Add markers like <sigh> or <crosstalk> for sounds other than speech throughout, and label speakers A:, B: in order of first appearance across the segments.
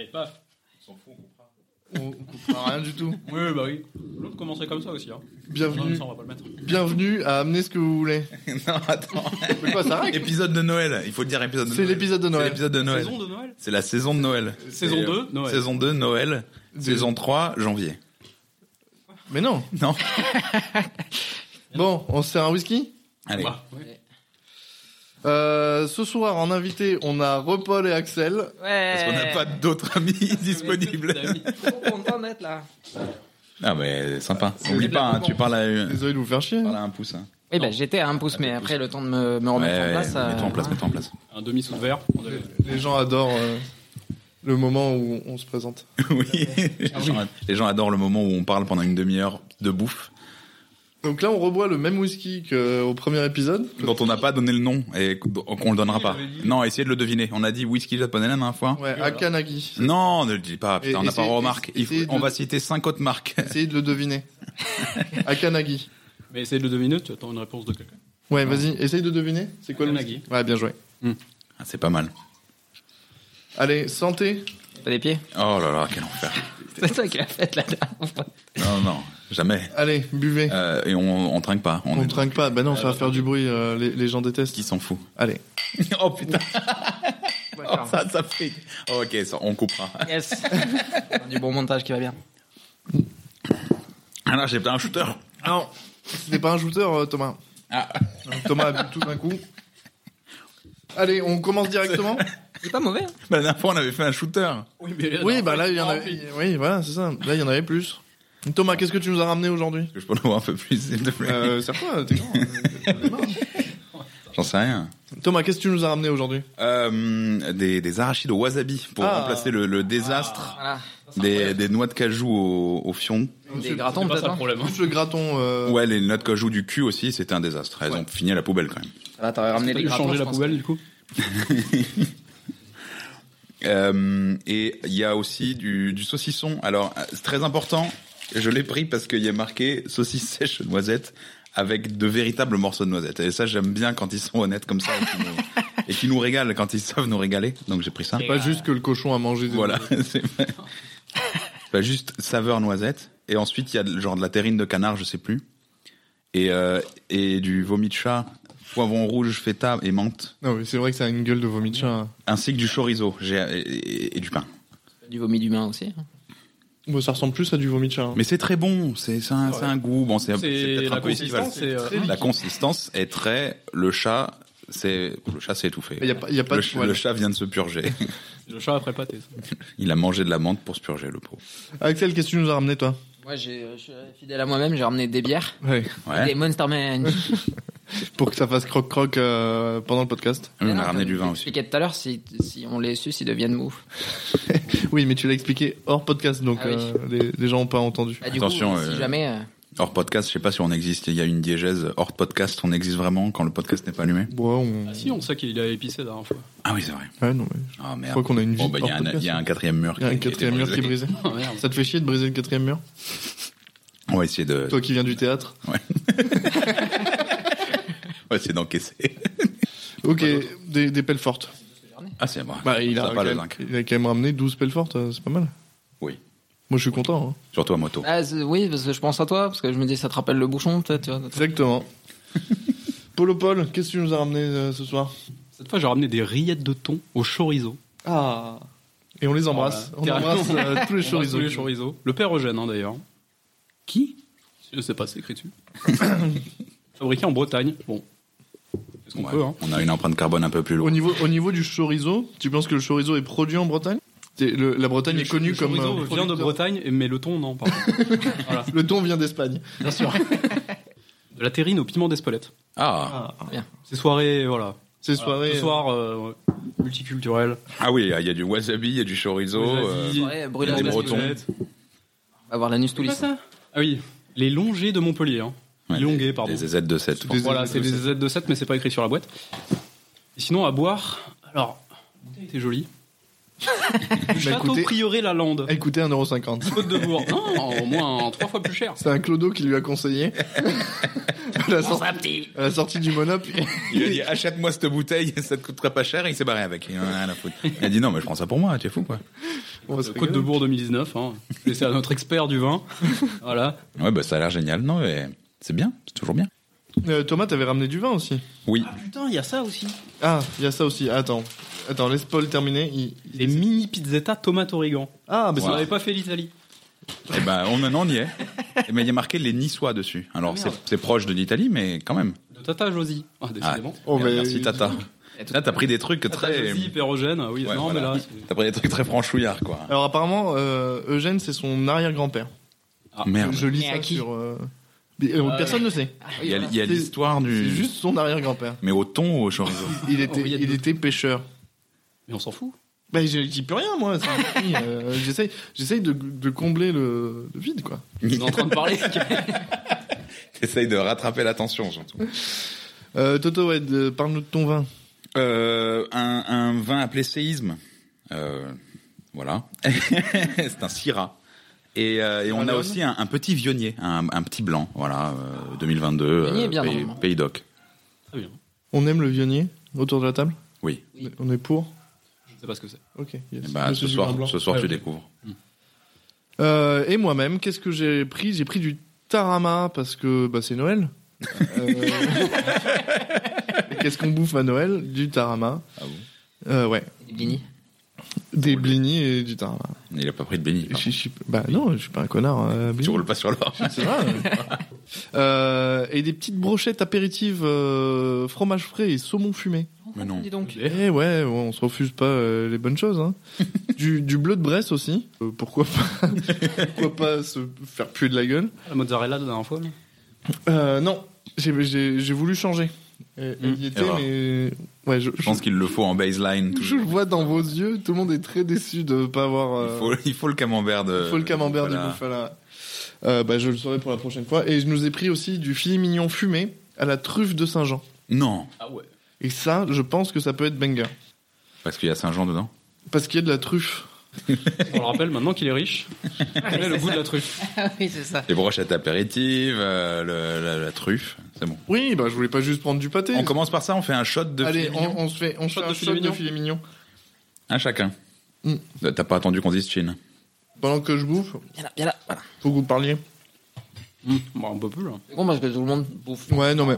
A: Et paf, on s'en fout, on comprend.
B: On, on comprend rien du tout.
A: Oui, bah oui. L'autre commençait comme ça aussi. Hein. Non, mais
B: <laughs> Bienvenue,
A: ça, on va pas le mettre.
B: bienvenue à amener ce que vous <laughs> voulez.
C: <laughs> non, attends.
B: C'est quoi ça règle
C: épisode de Noël. Il faut dire épisode de
B: C'est
C: Noël.
B: l'épisode de
C: C'est
B: Noël.
C: l'épisode de Noël.
A: Saison de Noël
C: C'est la saison de Noël.
A: Saison
C: C'est,
A: 2,
C: euh,
A: Noël.
C: Saison 2, Noël. Saison 3, janvier.
B: Mais non.
C: Non
B: <laughs> Bon, on se sert un whisky
C: Allez.
A: Bah, ouais.
B: Euh, ce soir, en invité, on a Repol et Axel.
D: Ouais.
C: Parce qu'on n'a pas d'autres amis <laughs> disponibles.
D: Trop content d'être là.
C: Ah, mais sympa.
B: C'est
C: Oublie
B: de la
C: pas, hein,
B: romance.
C: tu parles à, euh,
B: Désolé de vous faire chier.
C: parles à un pouce. hein.
D: Eh ben,
A: Non.
D: j'étais à un pouce,
C: Ah,
D: mais
C: t'es
D: après, le temps de me, me remettre
C: Ouais,
D: en place.
C: ouais,
D: euh,
C: Mets-toi en place,
D: voilà.
C: mets-toi en place.
A: Un demi sous de verre. on avait-
B: Les gens adorent euh, le moment où on se présente.
C: oui. <laughs> Les gens, les gens adorent le moment où on parle pendant une demi-heure de bouffe
B: Donc là, on reboit le même whisky qu'au premier épisode.
C: dont on n'a pas donné le nom et qu'on le donnera pas. Non, essayez de le deviner. On a dit whisky japonais la dernière fois.
B: Ouais, Akanagi.
C: Non, ne le dis pas.
B: Et-
C: Putain, on n'a pas
B: essayez-
C: remarqué. Il faut-
B: essayez de-
C: On va citer cinq autres marques.
B: Essayez de le deviner. Akanagi.
A: Mais essaye de deux minutes, tu attends une réponse de quelqu'un.
B: Ouais, vas-y, essaye de deviner. C'est quoi le
A: Akanagi.
B: whisky Ouais, bien joué.
C: Ah, C'est pas mal.
B: Allez, santé.
D: Pas des pieds
C: Oh là là, quel enfer.
D: C'est toi qui l'as fait la dernière fois.
C: Non, non, jamais.
B: Allez, buvez.
C: Euh, et on, on trinque pas. On,
B: on
C: est-
B: ne trinque pas. Bah non, ça va faire du bruit. euh, les, les gens détestent.
C: Qui
B: <laughs>
C: s'en fout.
B: Allez.
C: oh putain, <laughs> oh,
D: D'accord.
C: ça, ça fait. Oh, ok, ça, on coupera.
D: <laughs> Yes. du bon montage qui va bien.
C: Ah là, j'ai pas un shooter.
B: Non, c'était pas un shooter, euh, Thomas.
C: Ah,
B: Donc, Thomas a bu tout d'un coup. Allez, on commence directement.
D: Il est pas mauvais. hein.
C: bah, la dernière fois, on avait fait un shooter.
A: Oui, mais
B: Oui, bah là, il y en avait. Oui, voilà, c'est ça. Là, il y en avait plus. Thomas, qu'est-ce que tu nous as ramené aujourd'hui
C: Est-ce que Je peux en avoir un peu plus, s'il te plaît.
B: euh, C'est quoi t'es grand, euh,
C: J'en sais rien.
B: Thomas, qu'est-ce que tu nous as ramené aujourd'hui
C: Euh, des, des arachides au wasabi pour
B: Ah.
C: remplacer le, le désastre
D: Voilà.
C: des, des noix de cajou au, au fion.
D: Des
A: C'est
D: gratons,
A: pas ça
D: peut-être.
A: le
D: hein.
A: problème. hein.
B: Plus le graton. euh,
C: Ouais, les noix de cajou du cul aussi, c'était un désastre. Elles
B: Ouais.
C: ont fini à la poubelle quand même.
D: Ça va, t'aurais ramené
A: T'as
D: les
A: dû
D: gratons.
A: changer
D: je
A: la
D: pense.
A: poubelle du coup
C: Euh, et il y a aussi du, du saucisson. Alors, euh, c'est très important. Je l'ai pris parce qu'il y a marqué saucisse sèche noisette avec de véritables morceaux de noisettes. Et ça, j'aime bien quand ils sont honnêtes comme ça et qu'ils nous, et qu'ils nous régalent, quand ils savent nous régaler. Donc j'ai pris ça.
B: C'est pas juste que le cochon a mangé des.
C: Voilà, <laughs> c'est pas- c'est pas juste saveur noisette. Et ensuite, il y a de- genre de la terrine de canard, je sais plus. Et, euh, et du vomi de chat, poivron rouge, feta et menthe.
B: Non, mais c'est vrai que ça a une gueule de vomi de chat. hein.
C: Ainsi que du chorizo j'ai- et, et- et du pain.
D: Du vomi d'humain aussi. hein.
B: Bon, ça ressemble plus à du vomi de chat. hein.
C: Mais c'est très bon, c'est c'est un,
A: Ouais.
C: c'est un goût. Bon, c'est c'est
A: C'est
C: peut-être un
A: la
C: peu
A: consistance.
C: estival.
A: c'est, euh,
B: Très liquide.
C: La consistance est très. Le chat, c'est. Le chat s'est étouffé.
B: Il y a pas, il y a pas
C: le,
B: de
C: ch-
B: poil.
C: le chat vient de
B: <laughs>
C: se purger.
A: Le chat après le pâté. ça.
C: Il a mangé de la menthe pour se purger, le pot.
B: Axel, qu'est-ce que tu nous as ramené, toi
D: Moi, j'ai- euh, je suis fidèle à moi-même. J'ai ramené des bières.
B: Ouais.
D: Des Monster Man.
B: Pour que ça fasse croc-croc euh, pendant le podcast.
C: <laughs> On
D: Mais non,
C: a ramené
D: comme
C: du vin
D: je
C: aussi.
D: t'expliquais tout à l'heure, si, si on les suce, ils deviennent mous.
B: Oui, mais tu l'as expliqué hors podcast, donc
D: Ah oui.
B: euh, les, les gens ont pas entendu.
D: Bah, du
C: Attention,
D: coup, si
C: euh,
D: jamais. euh,
C: Hors podcast, je sais pas si on existe. Il y a une diégèse. Hors podcast, on existe vraiment quand le podcast n'est pas allumé.
B: Bon, on...
A: Ah si, on sait qu'il a épicé la dernière fois.
C: Ah oui, c'est vrai.
B: Ouais, non, mais
C: Ah
B: je
C: merde.
B: crois qu'on a une vie.
C: Bon, bah, il y,
B: hors
C: a un-
B: podcast. hein.
C: il y a un quatrième mur.
B: Il y a un
C: qui- qui a été
B: quatrième mur qui est
C: brisé.
B: brisé.
A: <laughs> Oh merde.
B: Ça te fait chier de briser le quatrième mur
C: On va essayer de,
B: Toi qui viens du théâtre.
C: on va essayer d'encaisser.
B: Ok, des, des pelles fortes.
C: Ah, c'est vrai.
B: Bah, il, a
C: Ça va
B: quand
C: pas le
B: même,
C: zinc.
B: il a quand même ramené 12 pelles fortes, euh, c'est pas mal.
C: Oui.
B: Moi je suis content. hein.
C: Surtout à moto.
D: Ah, c'est- oui, parce que je pense à toi, parce que je me dis, ça te rappelle le bouchon, peut-être, tu vois.
C: <laughs>
B: Exactement. Polo Paul, qu'est-ce que tu nous as ramené euh, ce soir
A: Cette fois, j'ai ramené des rillettes de thon au chorizo.
B: Ah Et on les embrasse.
A: Oh là.
B: on embrasse euh, tous les
A: On brasse
B: chorizos.
A: tous les chorizo. Le père Eugène, hein, d'ailleurs. Qui Je sais pas, c'est écrit dessus. <coughs> Fabriqué en Bretagne. Bon. Est-ce qu'on
C: Ouais.
A: peut, hein
C: On a une empreinte carbone un peu plus
B: Au
C: lourde.
B: niveau, au niveau du chorizo, tu penses que le chorizo est produit en Bretagne C'est- le- La Bretagne
A: Le
B: est connue
A: ch-
B: comme.
A: Le
B: euh,
A: chorizo vient de
B: producteur.
A: Bretagne, mais le thon, non,
B: <laughs>
A: pardon. voilà.
B: Le thon vient d'Espagne.
A: Bien sûr. De la terrine au piment d'Espelette.
C: Ah,
A: Ces soirées, voilà.
B: Ces
A: Voilà.
B: soirées.
A: Ce soir, euh, multiculturel.
C: ah oui, il y a du wasabi, il y a du chorizo. euh,
A: Wasabi.
D: Ouais, brûlage
C: Les
D: de la
C: Bretons.
D: cigarette. On va voir l'anus tous les
A: ça Ah oui, les longées de Montpellier. hein.
C: ouais,
A: Longués, pardon.
C: Des ZZ de 7.
B: Des-
A: Voilà, c'est
B: ZZ27.
A: des z de 7 mais c'est pas écrit sur la boîte. Et sinon, à boire, alors, c'est joli. Du
B: Bah,
A: château
B: écoutez-
A: Prieuré-la-Lande.
B: Elle coûtait 1,50€.
A: Côte de Bourg. Non, au moins trois fois plus cher.
B: C'est un clodo qui lui
A: <laughs>
B: a conseillé. à, la sortie, à la sortie du
A: <laughs>
B: monop.
C: Il a dit achète-moi cette bouteille, <laughs> ça te coûtera pas cher. Et il s'est barré avec. Il en a rien à foutre. Il a dit non, mais je prends ça pour moi. Tu es fou quoi
B: On va se
A: Côte de
B: régaler.
A: Bourg 2019. Hein. Je laisse à notre expert du vin. Voilà.
C: Ouais, bah ça a l'air génial. Non, mais c'est bien, c'est toujours bien.
B: Euh, Thomas, t'avais ramené du vin aussi.
C: Oui.
A: Putain, il y a ça aussi.
B: Ah, il y a ça aussi. Attends. Attends, laisse Paul terminer. Il-
A: Les mini pizzetta tomate origan.
B: Ah, mais
A: Vous
C: Ouais.
A: n'avez pas fait l'Italie.
C: Eh ben, on, en- on y est. Eh ben, il y a marqué les Niçois dessus. Alors,
A: Ah,
C: c'est
A: merde.
C: c'est proche de l'Italie, mais quand même.
A: De Tata Josie. Ah, décidément.
B: Oh,
C: Merde,
B: mais-
C: Merci, Tata. Là, t'as pris des trucs
A: Tata
C: très.
A: Josie, Pérogène. ah Oui,
C: Ouais,
A: non,
C: voilà.
A: mais là. c'est-
C: T'as pris des trucs très franchouillards, quoi.
B: Alors apparemment, euh, Eugène, c'est son arrière-grand-père.
A: Ah,
C: Merde.
B: Je lis
D: Mais
B: ça
D: à qui
B: sur... euh, mais, euh,
D: Ah,
B: personne ne sait.
C: Il y a- il y
B: C'est-
C: a l'histoire
B: C'est
C: du.
B: juste son arrière-grand-père.
C: Mais au thon ou
B: <laughs>
C: au chorizo
B: Il était,
A: oui, il y a
B: Oh, il
A: d'autres.
B: était pêcheur.
A: Mais on s'en fout.
B: Bah, j'ai- j'y peux rien, moi. c'est fini, euh, <laughs> J'essaye j'essaye de, de combler le, le vide, quoi.
A: On est en train de parler.
C: T'essayes de rattraper l'attention, surtout.
B: Euh, Toto, ouais, de- parle-nous de ton vin.
C: Euh, un, un vin appelé séisme. Euh, voilà. <laughs> c'est un Syrah. Et, euh, et on a
B: Alone.
C: aussi un, un petit vionnier, un, un petit blanc, voilà, euh, 2022,
D: Vionnier est bien,
C: pays,
D: normalement.
C: Pays d'Oc.
A: Très bien.
B: On aime le vionnier autour de la table
C: Oui.
B: On est pour
A: Je ne sais pas ce que c'est.
B: Ok. yes.
C: Eh ben,
B: Monsieur
C: ce
B: du
C: soir,
B: vin blanc.
C: ce soir
A: Ouais,
C: tu
A: ok.
C: découvres.
B: Euh, et moi-même, qu'est-ce que j'ai pris J'ai pris du tarama parce que bah, c'est Noël. Euh,
C: <laughs>
B: et qu'est-ce qu'on bouffe à Noël Du tarama.
C: Ah
B: Euh, ouais.
D: Blini.
B: Des blinis et du tarama.
C: Il a pas pris de béni.
B: Je- je suis- bah non, je suis pas un connard. euh, blini.
C: Tu roules pas
B: <laughs>
C: sur l'or.
B: C'est vrai. Euh, et des petites brochettes apéritives euh, fromage frais et saumon fumé.
C: Mais non.
D: Dis donc.
B: Eh ouais, ouais, on se refuse pas euh, les bonnes choses. Hein. du, du bleu de Bresse aussi. Euh, pourquoi pas <laughs> Pourquoi pas se faire puer de la gueule
A: Ah, La mozzarella de la dernière fois. mais-
B: Euh, non, j'ai- j'ai j'ai voulu changer. Et-
A: Mm.
B: Il y était,
C: Erreur.
B: mais ouais, je,
C: Je pense qu'il le faut en baseline.
B: je- je <laughs> le
C: toujours.
B: vois dans vos yeux. Tout le monde est très déçu de pas avoir.
C: Il
B: euh,
C: faut, il faut le camembert de.
B: il faut le camembert
C: Euh, voilà.
B: du Bouffala. Euh, bah, je le saurai pour la prochaine fois. Et je nous ai pris aussi du filet mignon fumé à la truffe de Saint-Jean.
C: Non,
A: Ah ouais.
B: Et ça, je pense que ça peut être banger.
C: parce qu'il y a Saint-Jean dedans.
B: Parce qu'il y a de la truffe.
A: On le rappelle maintenant qu'il est
C: <laughs>
A: riche. Quel est le goût de la truffe
D: Ah oui, c'est ça.
C: Les brochettes apéritives, euh, le- la, la truffe, c'est bon.
B: Oui, bah, je voulais pas juste prendre du pâté.
C: On commence par ça, on fait un shot de
B: Allez,
C: filet mignon.
B: on, on se fait, on se
A: Shot
B: fait
A: de
B: un
A: filet
B: shot de
A: mignon.
B: filet mignon.
C: Un chacun.
B: Mm.
C: T'as pas attendu qu'on dise chin.
B: Pendant que je bouffe,
D: Viens là, viens là. Voilà.
B: faut que vous parliez.
A: Hum, bah, On peut plus là.
D: C'est con parce que tout le monde bouffe.
B: Ouais,
C: <laughs>
B: non, mais.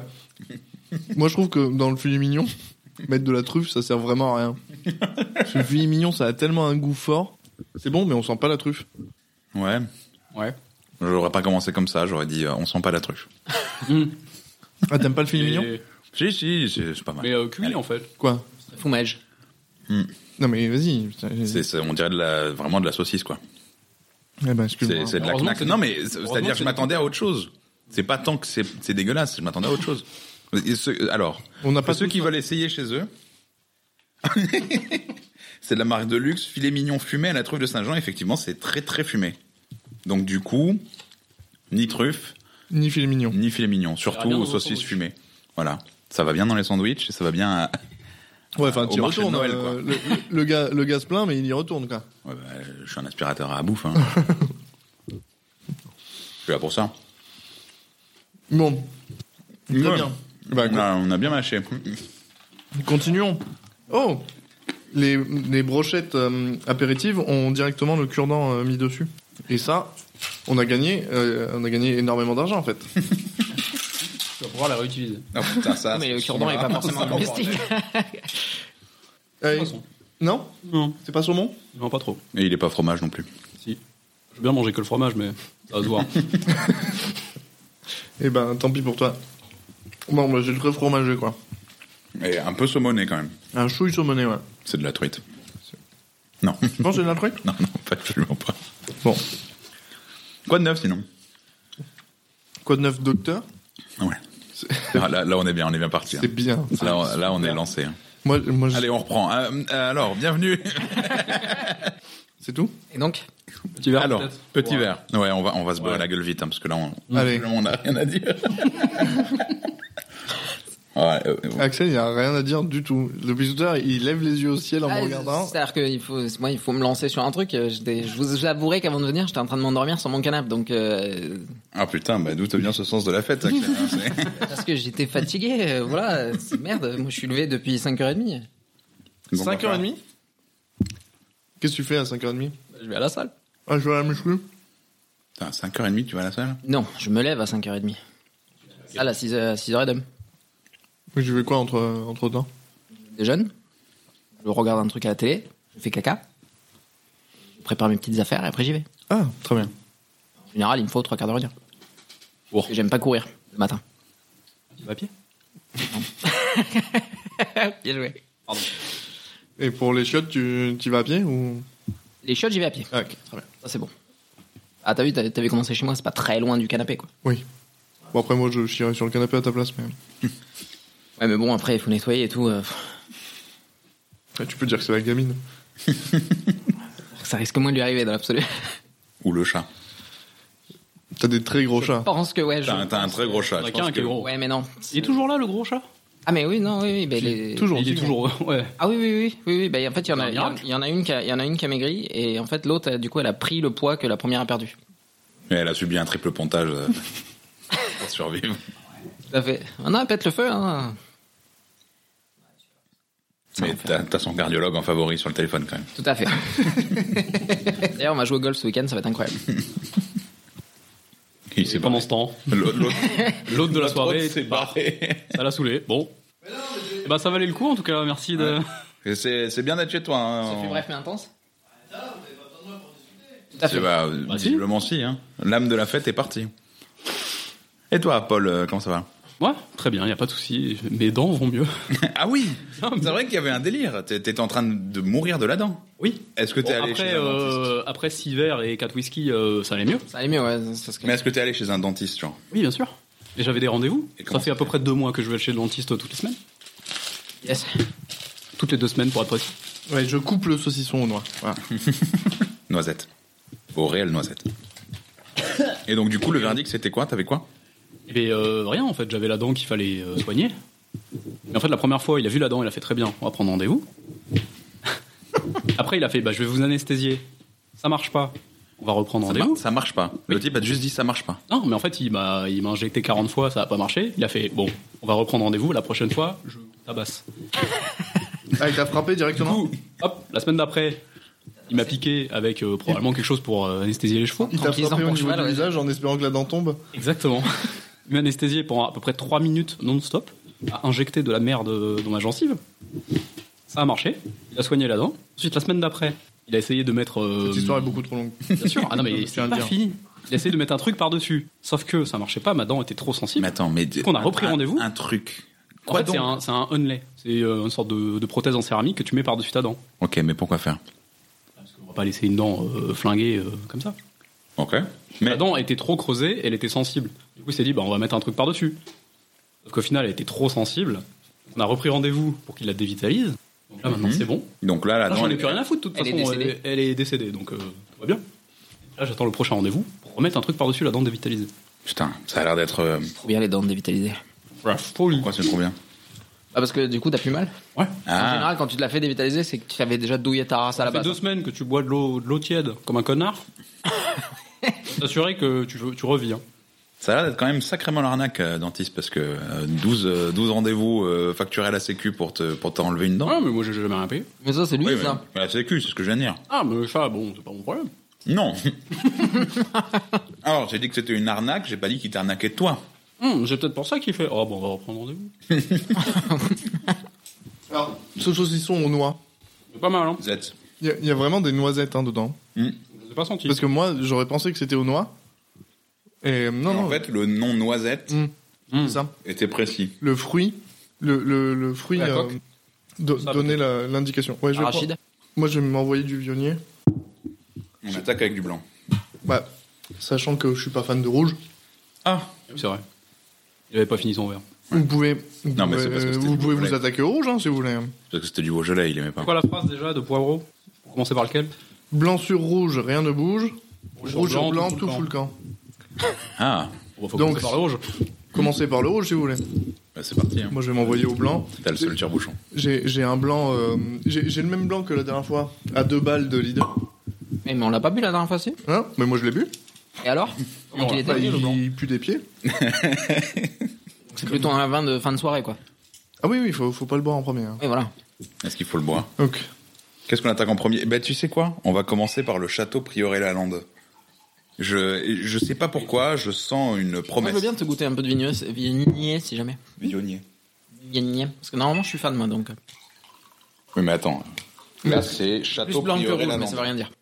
B: Moi, je trouve que dans le filet mignon, mettre de la truffe, ça sert vraiment à
C: <laughs>
B: rien. Parce que le filet mignon, ça a tellement un goût fort. C'est bon, mais on sent pas la truffe.
C: Ouais.
A: Ouais.
C: J'aurais pas commencé comme ça, j'aurais dit euh, on sent pas la truffe.
B: Ah, t'aimes pas le filet mignon
A: Et-
C: Si, si, c'est c'est pas mal.
A: Mais euh, cuit
C: Allez.
A: en fait.
B: Quoi
D: Foumage.
B: Non, mais vas-y. putain,
C: C'est,
B: vas-y.
C: c'est- on dirait de la, vraiment de la saucisse, quoi.
B: Eh ben,
C: C'est,
B: excuse-moi.
C: c'est de la
A: Heureusement
C: knack.
A: que c'est-
C: Non, mais c'est-
A: heureusement
C: c'est-à-dire,
A: que
C: je
A: c'est-
C: m'attendais à autre chose. C'est pas tant que c'est, c'est dégueulasse, je m'attendais à autre chose. Et ce- alors,
B: On n'a
C: Pas
B: pas
C: ceux
B: tous-
C: qui veulent essayer chez eux. <laughs> c'est de la marque de luxe, filet mignon fumé à la truffe de Saint-Jean. Effectivement, c'est très très fumé. Donc du coup, ni truffe,
B: Ni filet mignon.
C: ni filet mignon. Surtout
A: bien dans
C: aux
A: vos
C: saucisses
A: sandwichs.
C: fumées. Voilà. Ça va bien dans les sandwichs, ça va bien à-
B: Ouais, enfin,
C: Au
B: tu y
C: marché de
B: retournes.
C: Noël,
B: euh,
C: quoi.
B: le, le- le gars, le gars se plaint, mais il y retourne, quoi.
C: Ouais, bah, je suis un aspirateur à bouffe. Hein. je suis là pour ça.
B: Bon. Très
C: Ouais. Bah,
B: bien.
C: On a- on a bien mâché.
B: Continuons. Oh les, les brochettes euh, apéritives ont directement le cure-dent euh, mis dessus. Et ça, on a gagné, euh, on a gagné énormément d'argent en fait.
A: Tu vas pouvoir la réutiliser.
C: Ah, putain, ça, <laughs>
D: Non, mais le
C: ça-
D: cure-dent est pas
C: <laughs>
D: forcément
C: ça-
D: domestique.
B: Euh,
A: Poisson.
B: non
A: Non.
B: C'est pas saumon
A: Non, pas trop.
C: Et il est pas fromage non plus.
A: Si. Je veux bien manger que le fromage, mais ça va se voir.
B: Eh ben, tant pis pour toi. Bon, bah, j'ai le très fromageux quoi.
C: Mais un peu saumonné quand même.
B: Un chouille saumonné, ouais.
C: C'est de la truite. Non. <laughs>
B: Tu penses que c'est un truc
C: Non, non, pas absolument pas.
B: Bon.
C: Quoi de neuf sinon
B: Quoi de neuf, docteur
C: Ah Ouais. Ah, là, là, on est bien, on est bien parti. hein.
B: C'est bien.
C: Là, on, là, on est lancé. hein.
B: Moi, moi je-
C: Allez, on reprend. Ah, euh, alors, bienvenue.
B: c'est tout
D: Et donc,
A: <laughs> Petit verre.
C: alors,
A: peut-être.
C: petit
A: Ouais.
C: verre. Ouais, on va, on va se boire
A: Ouais.
C: <laughs> la gueule vite, hein, parce que là, on,
B: Allez.
C: là, on a rien à dire. Ouais, euh,
B: Axel, il a rien à dire du tout. Depuis tout à l'heure, il lève les yeux au ciel en
D: Ah,
B: me regardant.
D: C'est-à-dire qu'il faut, moi, il faut me lancer sur un truc. euh, j'étais- Je vous j'avouerai qu'avant de venir, j'étais en train de m'endormir sur mon canapé, donc euh,
C: Ah putain, bah, d'où te vient ce sens de la fête Axel, hein, c'est-
D: parce que j'étais fatigué. euh, voilà, c'est merde. Moi, je suis levé depuis 5h30.
C: Bon, bah,
B: 5h30 Qu'est-ce que tu fais à 5h30
D: Je vais à la salle.
B: Ah, je vais à la muscu.
C: Putain, 5h30, tu vas à la salle
D: Non, je me lève à 5h30. Ah, à 6 h 6h30.
B: Mais je vais quoi entre, entre temps
D: Déjeune. Je regarde un truc à la télé. Je fais caca. Je prépare mes petites affaires et après j'y vais.
B: Ah, très bien.
D: En général, il me faut trois quarts d'heure dire.
A: Oh.
D: Parce que J'aime pas courir le matin.
A: Il va à pied.
D: Bien joué.
B: Et pour les chiottes, tu tu y vas à pied ou
D: Les chiottes, j'y vais à pied.
B: Ah, ok, très bien.
D: Ça, c'est bon. Ah, t'as vu, t'avais t'avais commencé chez moi, c'est pas très loin du canapé, quoi.
B: Oui. Bon, après, moi, je chierai sur le canapé à ta place, mais
D: Ouais, mais bon, après, il faut nettoyer et tout. euh,
B: Ouais, tu peux dire que c'est la gamine.
D: ça risque moins de lui arriver dans l'absolu.
C: Ou le chat
B: T'as des très gros
D: <laughs> Je
B: chats.
D: pense que, ouais, je.
C: T'as un- t'as un très gros chat.
A: T'en as
C: je
A: qu'un
C: pense
A: qui est
C: que-
A: gros.
D: Ouais, mais non.
A: Il est toujours là, le gros chat
D: Ah, mais oui, non, oui, oui. bah, les-
B: Toujours.
A: Il est toujours. Ouais.
D: Ah oui, oui, oui, oui, oui. Bah, en fait, il y en a,
A: Un
D: il y en-
A: miracle.
D: il y en a une qui a, il y en a une qui a maigri et en fait, l'autre, elle, du coup, elle a pris le poids que la première a perdu.
C: Mais Elle a subi un triple pontage euh, pour survivre.
D: Tout à fait. Ah non, elle pète le feu, hein.
C: Mais t'as t'as son cardiologue en favori sur le téléphone quand même.
D: Tout <laughs> à fait. D'ailleurs, on va jouer au golf ce week-end, ça va être incroyable.
C: Il
A: C'est pendant ce temps.
C: L'autre l'autre-
A: L'autre de la
C: l'autre
A: soirée,
C: s'est barré.
A: ça l'a saoulé. Bon. Eh ben, ça valait le coup en tout cas, merci de.
C: Et C'est c'est bien d'être chez toi. hein,
D: Ça fait
C: on-
D: bref mais intense Tout à
C: C'est-
D: fait.
C: bah,
A: si.
C: visiblement si. hein. L'âme de la fête est partie. Et toi, Paul, euh, comment
A: <laughs>
C: ça va
A: Ouais, très bien, il a pas de souci. Mes dents vont mieux.
C: Ah oui C'est vrai qu'il y avait un délire. T'é- T'étais en train de mourir de la dent.
A: Oui.
C: Est-ce que t'es
A: Bon,
C: allé
A: après,
C: chez un dentiste
A: euh, après 6 verres et 4 whisky, euh, ça allait mieux.
D: Ça allait mieux, ouais. c'est parce que-
C: Mais est-ce que t'es allé chez un dentiste, genre
A: Oui, bien sûr. Et j'avais des rendez-vous.
C: Et comment
A: Ça fait à peu près deux mois que je vais chez le dentiste euh, toutes les semaines.
D: Yes.
A: Toutes les deux semaines pour être précis.
B: Ouais, je coupe le saucisson au noir. Voilà.
C: Noisette. Au réel noisette.
A: <coughs>
C: Et donc, du coup, le verdict, c'était quoi T'avais quoi
A: Et bien, Eh ben, euh, rien en fait, j'avais la dent qu'il fallait euh, soigner. Mais en fait, la première fois, il a vu la dent, il a fait très bien, on va prendre rendez-vous. <laughs> Après, il a fait, bah, je vais vous anesthésier. Ça marche pas. On va reprendre
C: ça, mar-
A: rendez-vous.
C: ça marche pas. Le type a juste dit ça marche pas.
A: Non, mais en fait, il m'a il m'a injecté 40 fois, ça a pas marché. Il a fait, bon, on va reprendre rendez-vous, la prochaine fois, je vous tabasse.
B: Ah, il t'a frappé
A: Du
B: directement
A: coup, hop, la semaine d'après, il m'a piqué avec euh,
C: <laughs>
A: probablement quelque chose pour euh, anesthésier les chevaux.
B: Il t'a
D: tranquillisant
B: frappé au
D: pour
B: niveau
D: cheval,
B: du
D: ouais.
B: visage en espérant que la dent tombe
A: Exactement. Il m'a anesthésié pendant à peu près 3 minutes non-stop, a injecté de la merde dans ma gencive. Ça a marché, il a soigné la dent. Ensuite, la semaine d'après, il a essayé de mettre. euh,
B: Cette histoire est beaucoup trop longue.
A: Bien sûr, ah non, mais
B: <laughs> Je tiens à
A: c'est
B: le
A: pas
B: dire.
A: fini. Il a essayé de mettre un truc par-dessus. Sauf que ça marchait pas, ma dent était trop sensible.
C: Mais attends, mais.
A: qu'on a repris
C: un-
A: rendez-vous
C: Un truc.
A: en fait, c'est un, c'est un onlay. C'est euh, une sorte de, de prothèse en céramique que tu mets par-dessus ta dent.
C: Ok, mais pourquoi faire
A: Parce qu'on va pas laisser une dent euh, flinguée euh, comme ça.
C: Ok. Mais
A: La dent était trop creusée, elle était sensible. Du coup, il s'est dit, bah, on va mettre un truc par-dessus. Sauf qu'au final, elle était trop sensible. On a repris rendez-vous pour qu'il la dévitalise. Donc là, maintenant,
C: Mhm.
A: c'est bon.
C: donc là, la
A: Là,
C: dent,
A: j'en
C: elle
A: ai
C: est-
A: plus rien à foutre, de toute
D: Elle est
A: façon.
D: décédée.
A: Elle, elle est décédée, donc euh, tout va bien. Là, j'attends le prochain rendez-vous pour remettre un truc par-dessus la dent dévitalisée.
C: Putain, ça a l'air d'être. euh,
D: Trop bien les dents dévitalisées.
A: Voilà, folie.
C: Pourquoi c'est trop bien
D: Ah, parce que du coup, t'as plus mal
A: Ouais.
D: En
C: Ah,
D: général, quand tu te l'as fait dévitaliser, c'est que tu avais déjà douillé ta race à la
A: Ça fait
D: base.
A: deux semaines que tu bois de l'eau de l'eau tiède, comme un connard.
D: <laughs>
A: T'assurer que tu, tu revis. hein.
C: ça a l'air d'être quand même sacrément l'arnaque, euh, dentiste, parce que euh, 12, euh, 12 rendez-vous euh, facturés à la Sécu pour te pour t'enlever une dent.
A: Ouais, mais moi, j'ai jamais rien payé.
D: Mais ça, Oh, c'est lui,
C: oui, mais,
D: ça.
C: mais la Sécu, c'est ce que je viens de dire.
A: Ah, mais ça, bon, c'est pas mon problème.
D: <laughs>
C: Non Alors, j'ai dit que c'était une arnaque, j'ai pas dit qu'il t'arnaquait de toi.
A: Hum, c'est peut-être pour ça qu'il fait. Oh, bon, on va reprendre rendez-vous.
B: Alors, ce saucisson au noix,
A: C'est pas mal, hein.
C: Vous êtes.
B: il y, a- il y a vraiment des noisettes hein, dedans.
A: Je l'ai pas senti.
B: Parce que moi, j'aurais pensé que c'était au noix. Et euh, non,
C: en
B: non,
C: fait, le nom noisette
B: Mm.
A: Mm.
B: c'est ça.
C: était précis.
B: Le fruit, le, le, le fruit
A: La
B: euh,
A: coque.
B: do-
A: Ça,
B: donnait la- l'indication. Ouais, je vais
D: Arachide.
B: prendre- Moi, je vais m'envoyer du vionnier.
C: On attaque avec du blanc.
B: Bah, sachant que je suis pas fan de rouge,
C: Ah
A: C'est vrai. Il avait pas fini son verre.
B: vous pouvez, vous
C: Non, mais
B: pouvez,
C: c'est parce que c'était
B: vous,
C: du
B: pouvez vous
C: Beaujolais.
B: attaquer au rouge hein, si vous voulez.
C: Parce que c'était du Beaujolais, il aimait pas.
A: Pourquoi la phrase déjà de Poivreau Pour commencer par lequel
B: Blanc sur rouge, rien ne bouge.
A: Rouge
B: Rouge,
A: sur
B: sur
A: blanc,
B: blanc,
A: tout
B: tout
A: fout
B: fout
A: le
B: le camp.
C: Ah
A: Bon, faut
B: Donc-
A: commencer par le rouge.
B: Commencez par le rouge si vous voulez.
C: Bah, c'est parti. hein.
B: Moi, je vais m'envoyer au blanc.
C: T'as le seul tire-bouchon.
B: J'ai j'ai un blanc. euh, J'ai j'ai le même blanc que la dernière fois, à deux balles de Lidl.
D: Eh, mais on l'a pas bu la dernière fois, si
B: Hein Mais moi, je l'ai bu.
C: <laughs>
D: Et alors Donc il était
B: Bah,
D: nul, le blanc.
B: il pue des pieds.
D: C'est plutôt un vin de fin de soirée, quoi.
B: Ah oui, oui, faut, faut pas le boire en premier. hein.
D: Et voilà.
C: Est-ce qu'il faut le boire
B: Ok.
C: Qu'est-ce qu'on attaque en premier Ben tu sais quoi On va commencer par le château Prioré-la-Lande. Je je sais pas pourquoi, je sens une
D: Moi, je veux
C: promesse.
D: bien te goûter un peu de vignier, vignier si jamais.
C: Vignonnier.
D: Vignier. Parce que normalement, je suis fan, moi, donc.
C: Oui, mais attends. Là, c'est château
D: Plus blanc que rouge, mais ça veut
C: Prioré-la-Lande.
D: rien dire.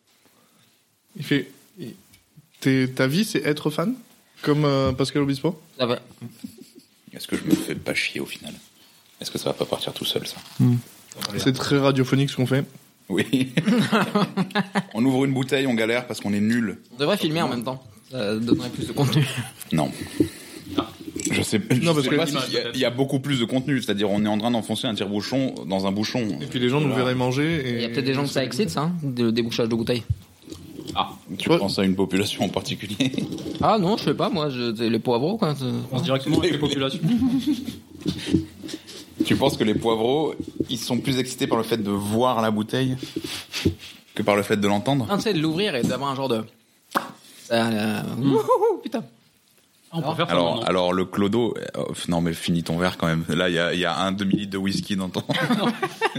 B: Il fait. il- t'es- Ta vie, c'est être fan Comme euh, Pascal Obispo
D: Ça va.
C: Est-ce que je me fais pas chier au final Est-ce que ça va pas partir tout seul ça
B: C'est très radiophonique ce qu'on fait.
C: Oui. <laughs> on ouvre une bouteille, on galère parce qu'on est nul.
D: On devrait filmer en même temps. Ça donnerait plus de contenu.
C: Non. Je sais, je
B: Non, parce
C: sais
B: que
C: pas
B: l'image,
C: s'il y a-
A: peut-être.
C: il y, a beaucoup plus de contenu. C'est-à-dire, on est en train d'enfoncer un tire-bouchon dans un bouchon.
B: Et puis les gens nous verraient manger. Et...
D: Il y a peut-être des gens que ça excite, ça, hein, le débouchage de bouteilles.
A: Ah,
C: Tu penses à une population en particulier
D: Ah non, je sais pas, moi, je, les poivrons, quoi. c'est-
A: on pense directement avec les populations.
C: Tu penses que les poivreaux, ils sont plus excités par le fait de voir la bouteille que par le fait de l'entendre
D: Ah, tu sais, de l'ouvrir et d'avoir un genre de. Ça, là, wouhouhou, putain.
A: Ah, on peut faire ça
C: alors,
A: maintenant.
C: alors le clodo, euh, oh, non mais finis ton verre quand même. Là, il y a, il y a un demi-litre de whisky
A: <laughs>
C: dans ton,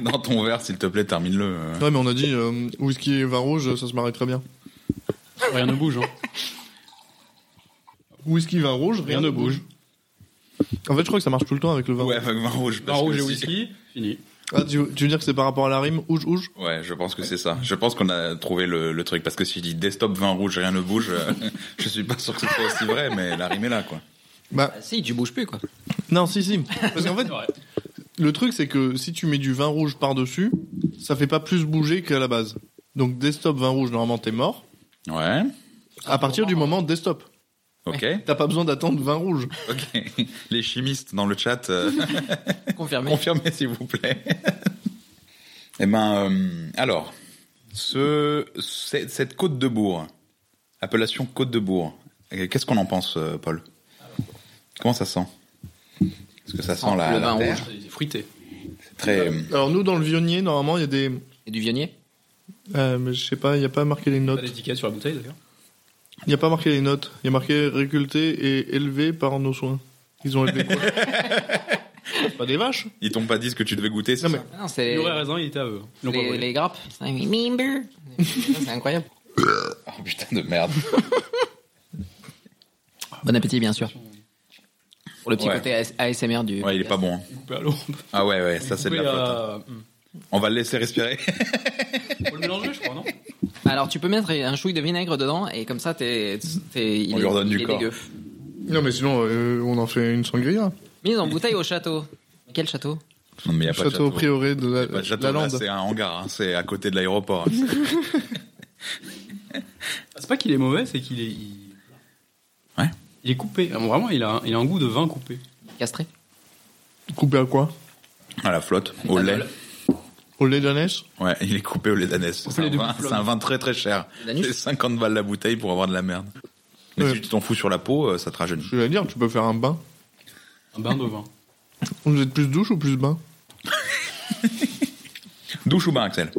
C: dans ton verre, s'il te plaît, termine-le. euh.
B: Ouais, mais on a dit euh, whisky et vin rouge, ça se marie très bien.
A: Rien ne bouge. hein.
B: Whisky, vin rouge, rien, ne bouge. En fait, je crois que ça marche tout le temps avec le vin.
C: Ouais, avec vin rouge.
A: Vin
C: parce que
A: rouge et
C: si-
A: whisky, fini.
B: Ah, tu, tu veux dire que c'est par rapport à la rime ouge ouge
C: Ouais, je pense que c'est ça. Je pense qu'on a trouvé le, le truc. Parce que si je dis desktop, vin rouge, rien ne bouge, euh, <laughs> je suis pas sûr que ce soit aussi vrai, mais la rime est là, quoi.
B: Bah
D: Ah, Si, tu bouges plus, quoi.
B: non, si si. Parce qu'en fait,
A: C'est vrai.
B: le truc c'est que si tu mets du vin rouge par dessus, ça fait pas plus bouger qu'à la base. Donc desktop vin rouge, normalement t'es mort.
C: Ouais,
B: À partir du moment desktop,
C: ok,
B: t'as pas besoin d'attendre vin rouge.
C: ok. Les chimistes dans le chat... euh,
D: Confirmé.
C: Confirmez, s'il vous plaît. <laughs> eh ben, euh, alors, ce, c'est- cette côte de bourg, appellation côte de bourg, euh, qu'est-ce qu'on en pense, euh, Paul Comment ça sent Est-ce que ça sent la, la
D: le vin
C: terre
D: rouge
A: C'est Fruité.
C: C'est Très. euh,
B: Alors nous dans le vionnier, normalement il y a des,
D: et du vionnier.
B: euh, mais je sais pas, il y a pas marqué les
A: Pas
B: notes.
A: d'étiquette sur la bouteille d'ailleurs.
B: Il y a pas marqué les notes. Il y a marqué réculté et élevé par nos soins. Ils ont élevé quoi <laughs> C'est Pas des vaches.
C: Ils t'ont pas dit ce que tu devais goûter, c'est
B: Non, mais-
C: ça
D: Ah Non, c'est
A: Le vrai
D: les,
A: raisin, il était à eux. Ils l'ont pas
D: les,
A: volé.
D: les grappes. Ça, oui, mimber. C'est incroyable.
C: Oh putain de merde.
D: Bon appétit, bien sûr. Pour le petit
C: Ouais.
D: côté AS- ASMR du.
C: Ouais, il est pas bon. hein.
A: Coupé à l'eau.
C: Ah ouais, ouais, ça c'est de la
A: Coupé
C: flotte.
D: euh,
C: hein.
A: à- Hmm.
C: On va le laisser respirer. <laughs>
A: Faut le mélanger, je crois, non
D: Alors, tu peux mettre un chouille de vinaigre dedans et comme ça, t'es. t'es- il
C: On
D: est-
C: lui redonne
D: il
C: du
D: est
C: corps.
D: dégueu.
B: Non mais sinon euh, on en fait une sangria.
D: Mise en bouteille au château. Quel château
C: Non, mais y a pas de
B: Château
C: château.
B: prioré de la,
C: Pas de château,
B: la
C: là,
B: lande.
C: c'est un hangar, hein, c'est à côté de
D: <laughs>
C: l'aéroport.
A: Ah, C'est pas qu'il est mauvais, c'est qu'il est. il-
C: Ouais.
A: Il est coupé. Ah, bon, Vraiment, il a, un- il a un goût de vin coupé.
D: Castré.
B: Coupé à quoi
C: à la flotte, au
D: Ah,
C: lait.
B: Au lait d'anès
C: Ouais, il est coupé au lait d'anès. C'est
A: lait
C: un,
A: de
C: vin-
A: buffalo.
C: c'est un vin très très cher.
D: L'anus.
C: C'est 50 balles la bouteille pour avoir de la merde. Mais
B: Ouais.
C: si tu t'en fous sur la peau, euh, ça te rajeunit.
B: Je vais dire, tu peux faire un bain.
A: Un bain de vin.
B: Vous êtes plus douche ou plus bain
C: Douche ou bain, Axel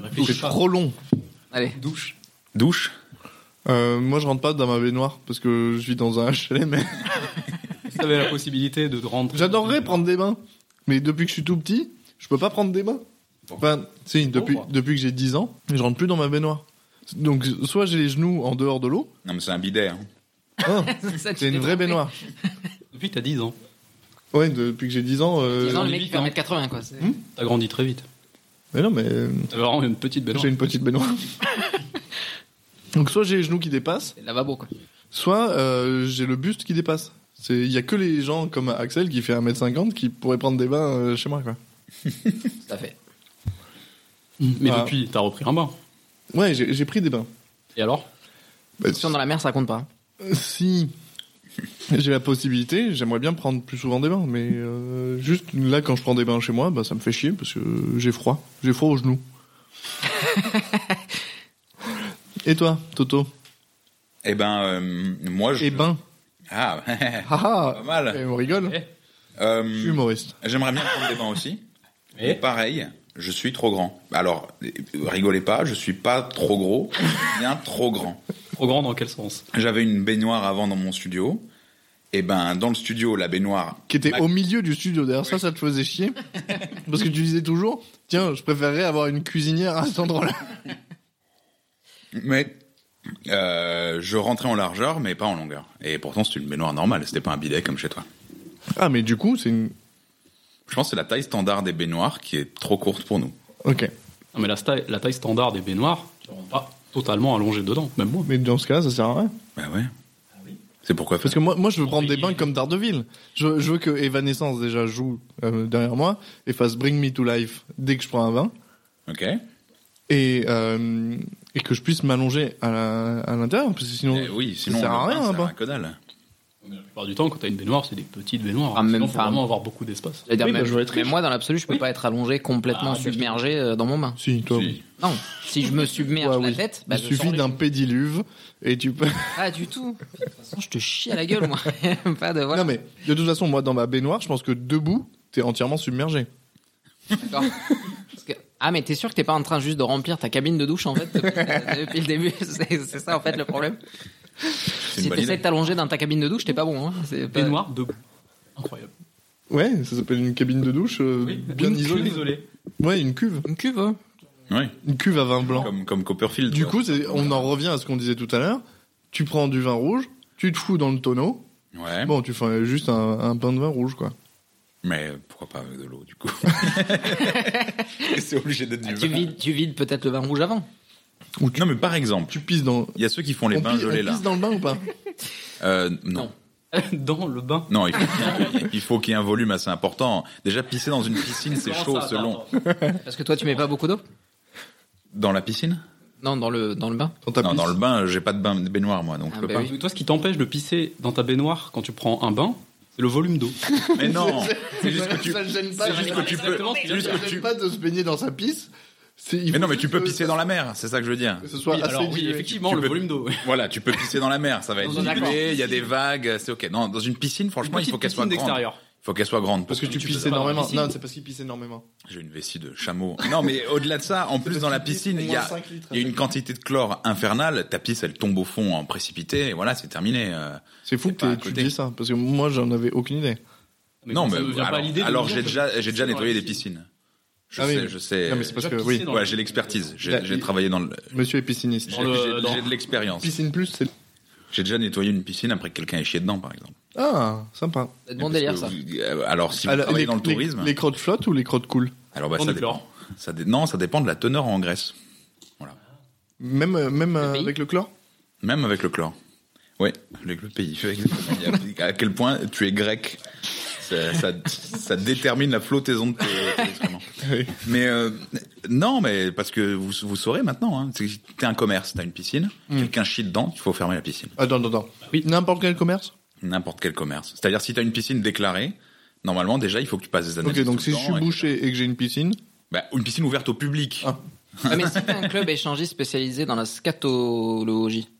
A: Réfléchis
B: C'est
A: pas.
B: trop long.
C: <laughs>
D: Allez.
A: Douche.
C: Douche
B: Euh, moi, je rentre pas dans ma baignoire parce que je vis dans un <laughs> HLM.
A: Si t'avais la possibilité de rendre.
B: J'adorerais prendre des bains, mais depuis que je suis tout petit, je peux pas prendre des bains. Enfin, si, depuis,
A: Pourquoi
B: depuis que j'ai 10 ans, je rentre plus dans ma baignoire. Donc, soit j'ai les genoux en dehors de l'eau,
C: Non, mais c'est un bidet. hein.
B: hein,
D: Ça, tu
B: c'est
D: t'es
B: une vraie
D: trompé.
B: baignoire.
A: Depuis que t'as 10 ans.
B: Ouais, depuis que j'ai 10 ans. euh,
D: Disons, le mec,
A: vite,
D: il fait
A: hein.
D: 1m80, quoi. c'est-
C: Hmm
A: T'as grandi très vite.
B: Mais non, mais euh,
A: T'as vraiment une petite belle.
B: j'ai une petite baignoire. Donc, soit j'ai les genoux qui dépassent.
D: C'est le lavabo, quoi.
B: Soit euh, j'ai le buste qui dépasse. C'est- Il y a que les gens comme Axel qui fait 1m50 qui pourraient prendre des bains euh, chez moi. Quoi.
C: Euh,
D: Tout à fait.
A: Mais
B: Ah.
A: depuis, t'as repris un bain.
B: Ouais, j'ai j'ai pris des bains.
A: Et alors
B: Bah,
D: Sur dans la mer, ça compte pas.
B: euh, si j'ai la possibilité, j'aimerais bien prendre plus souvent des bains. Mais euh, juste là, quand je prends des bains chez moi, bah, ça me fait chier parce que j'ai froid. J'ai froid aux <laughs> genoux. Et toi, Toto
C: Eh ben, euh, moi, je,
B: Et bain
C: Ah, <laughs>
B: Ah
C: pas
B: ah
C: mal.
B: Et on rigole.
C: Euh,
B: Je suis humoriste.
C: J'aimerais bien prendre des bains aussi.
A: Et
C: Et pareil, je suis trop grand. Alors, euh, rigolez pas, je suis pas trop gros, <laughs> bien trop grand.
A: Trop grand dans quel sens
C: J'avais une baignoire avant dans mon studio. Et ben, dans le studio, la baignoire.
B: Qui était
C: Ma-
B: au milieu du studio. D'ailleurs, ça, ça te faisait
C: <laughs>
B: chier. Parce que tu disais toujours, tiens, je préférerais avoir une cuisinière à cet endroit-là.
C: Mais euh, je rentrais en largeur, mais pas en longueur. Et pourtant, c'était une baignoire normale, c'était pas un bidet comme chez toi.
B: Ah, mais du coup, c'est une.
C: Je pense que c'est la taille standard des baignoires qui est trop courte pour nous.
B: Ok.
A: Non, mais la, sta- la taille standard des baignoires, tu rentres pas totalement allongé dedans, même moi.
B: Mais dans ce cas, ça sert à rien.
C: Bah ouais.
A: Ah
C: C'est pourquoi
B: Parce
C: faire.
B: que moi, moi je veux prendre des bains comme Daredevil. Je, je veux que Evanescence déjà joue euh, derrière moi et fasse Bring Me to Life dès que je prends un bain
C: Ok.
B: et, euh, et que je puisse m'allonger à la- à l'intérieur. Parce que sinon,
C: Eh oui, sinon,
B: ça sert à
C: le bain,
B: rien
C: ça
B: un
C: sert à
B: bain.
C: que dalle.
A: Mais La plupart du temps, quand t'as une baignoire, c'est des petites baignoires.
D: Ah, même
A: Sinon, faut
D: pas.
A: vraiment avoir beaucoup d'espace.
D: C'est-à-dire
B: Oui,
D: même,
B: bah, je vais être riche.
D: même moi, dans l'absolu, je peux
A: Oui.
D: pas être allongé complètement
A: Ah,
D: submergé euh, dans mon bain.
B: Si, toi,
C: Si.
D: Non, si je me submerge
B: Ouais,
D: la
B: oui.
D: tête, bah,
B: il
D: je
B: suffit
D: sors les-
B: d'un pédiluve et tu peux.
D: Pas du tout. De toute façon, je te chie à la gueule, moi. <laughs> pas de voilà.
B: Non, mais de toute façon, moi, dans ma baignoire, je pense que debout, t'es entièrement submergé.
D: D'accord. Parce que- Ah, mais t'es sûr que t'es pas en train juste de remplir ta cabine de douche, en fait, depuis, depuis le début <laughs> C'est c'est ça, en fait, le problème
C: C'est une
D: Si
C: bonne
D: t'essaies
C: idée.
D: de t'allonger dans ta cabine de douche, t'es pas bon. Hein. C'est pas-
A: Baignoire debout. Incroyable.
B: Ouais, ça s'appelle une cabine de douche euh, bien
A: Une
B: isolée.
A: cuve isolée.
B: Ouais, une cuve.
D: Une cuve, hein.
C: Oui,
B: Une cuve à vin blanc.
C: comme, comme Copperfield.
B: Du
C: quoi.
B: coup, c'est- on en revient à ce qu'on disait tout à l'heure. Tu prends du vin rouge, tu te fous dans le tonneau.
C: Ouais,
B: Bon, tu fais juste un, un pain de vin rouge, quoi.
C: mais pourquoi pas avec de l'eau, du coup
B: <laughs>
C: C'est obligé d'être
D: Ah,
C: du
D: tu
C: vin.
D: vides, tu vides peut-être le vin rouge avant.
C: Non, mais par exemple,
B: Tu pisses dans.
C: il y a ceux qui font les
B: on
C: bains
B: pisse,
C: gelés,
B: on
C: là.
B: pisse dans le bain ou pas
C: Euh, non.
A: <laughs> dans le bain.
C: Non, il faut qu'il y ait- il faut qu'il y ait un volume assez important. Déjà, pisser dans une piscine, c'est
A: Comment
C: chaud,
A: ça,
C: c'est
A: attends,
C: long.
A: attends.
D: Parce que toi, tu mets pas beaucoup d'eau
C: Dans la piscine
D: Non, dans le, dans le bain.
B: Dans ta
C: Non,
B: pisse
C: dans le bain, euh, j'ai pas de bain, de baignoire, moi, donc
D: Ah,
C: je peux
D: bah
C: pas.
D: oui.
A: Toi, ce qui t'empêche de pisser dans ta baignoire quand tu prends un bain, c'est le volume d'eau. <laughs>
C: Mais non C'est juste que tu...
B: Ça le gêne pas.
C: c'est juste que tu peux...
A: Exactement ce qu'il
C: c'est juste
B: Ça
C: que
B: le gêne
C: tu-
B: pas de se baigner dans sa pisse. C'est- il
C: Mais
B: faut
C: non, mais tu
B: juste
C: peux
B: que
C: pisser dans la mer, c'est ça que je veux dire.
B: Que ce soit
A: Oui,
B: assez
A: alors oui,
B: dilué.
A: effectivement,
C: Tu
A: le
C: peux-
A: volume d'eau. ouais.
C: Voilà, tu peux pisser dans la mer, ça va être
D: Dans un accord.
C: dilué, il y a des vagues, c'est ok. Non, dans une piscine, franchement, il
A: Petite
C: faut qu'elle soit
A: piscine
C: grande.
A: d'extérieur.
C: Il faut qu'elle soit grande.
B: Parce que tu,
A: Tu
B: pisses
A: peux pas dans la
B: énormément.
A: piscine.
B: Non, c'est parce qu'il pisse énormément.
C: J'ai une vessie de chameau. Non, mais au-delà de ça, en plus, dans la piscine, il y a... Il y a une quantité de chlore infernale, ta pisse elle tombe au fond en précipité, et voilà, c'est terminé. euh.
B: C'est fou
C: C'est pas
B: que
C: à
B: tu
C: côté.
B: dis ça, parce que moi j'en avais aucune idée.
C: non,
A: ça
C: mais
A: ne vient pas à
C: alors,
A: l'idée de
C: alors
A: me dire
C: j'ai
A: que-
C: déjà, j'ai déjà
A: dans la
C: nettoyé des piscines. Je
B: Ah oui.
C: sais, je sais.
B: Non, mais c'est parce que
A: déjà
B: oui,
A: pissé dans
C: Ouais,
A: le-
C: j'ai l'expertise.
B: Là,
C: J'ai j'ai
B: il-
C: travaillé dans le.
B: monsieur est pisciniste.
C: J'ai
A: Dans le-
C: j'ai-
A: dans-
C: j'ai de l'expérience.
B: Piscine plus, c'est.
C: J'ai déjà nettoyé une piscine après que quelqu'un ait chié dedans, par exemple.
B: Ah, sympa.
D: C'est de bon
C: Parce
D: délire,
C: que
D: ça.
C: vous- euh, Alors, si vous
B: Alors,
C: travaillez
B: les,
C: dans le
B: les-
C: tourisme,
B: les crottes flottent ou les crottes coulent
C: alors bah,
A: Prends
C: ça
A: du
C: dépend.
A: chlore.
C: Ça dé- Non, ça dépend de la teneur en graisse.
B: Même, euh, même euh,
D: pays
B: avec le chlore
C: Même avec le chlore. Oui, avec le pays. <laughs> Avec le pays. à quel point tu es grec, ça, ça- ça détermine la flottaison de tes, tes excréments.
B: Oui.
C: Mais euh, non, mais parce que vous, vous saurez maintenant. Hein, C'est- t'es un commerce, t'as une piscine, quelqu'un chie dedans, il faut fermer la piscine.
B: Attends, attends, attends.
A: oui.
B: N'importe quel commerce
C: N'importe quel commerce. C'est-à-dire si t'as une piscine déclarée, normalement déjà il faut que tu passes des années.
B: Ok, donc si je suis bouché et que j'ai une piscine,
C: Bah, une piscine ouverte au public.
B: Ah.
D: Ah, mais c'est un club échangiste spécialisé dans la scatologie.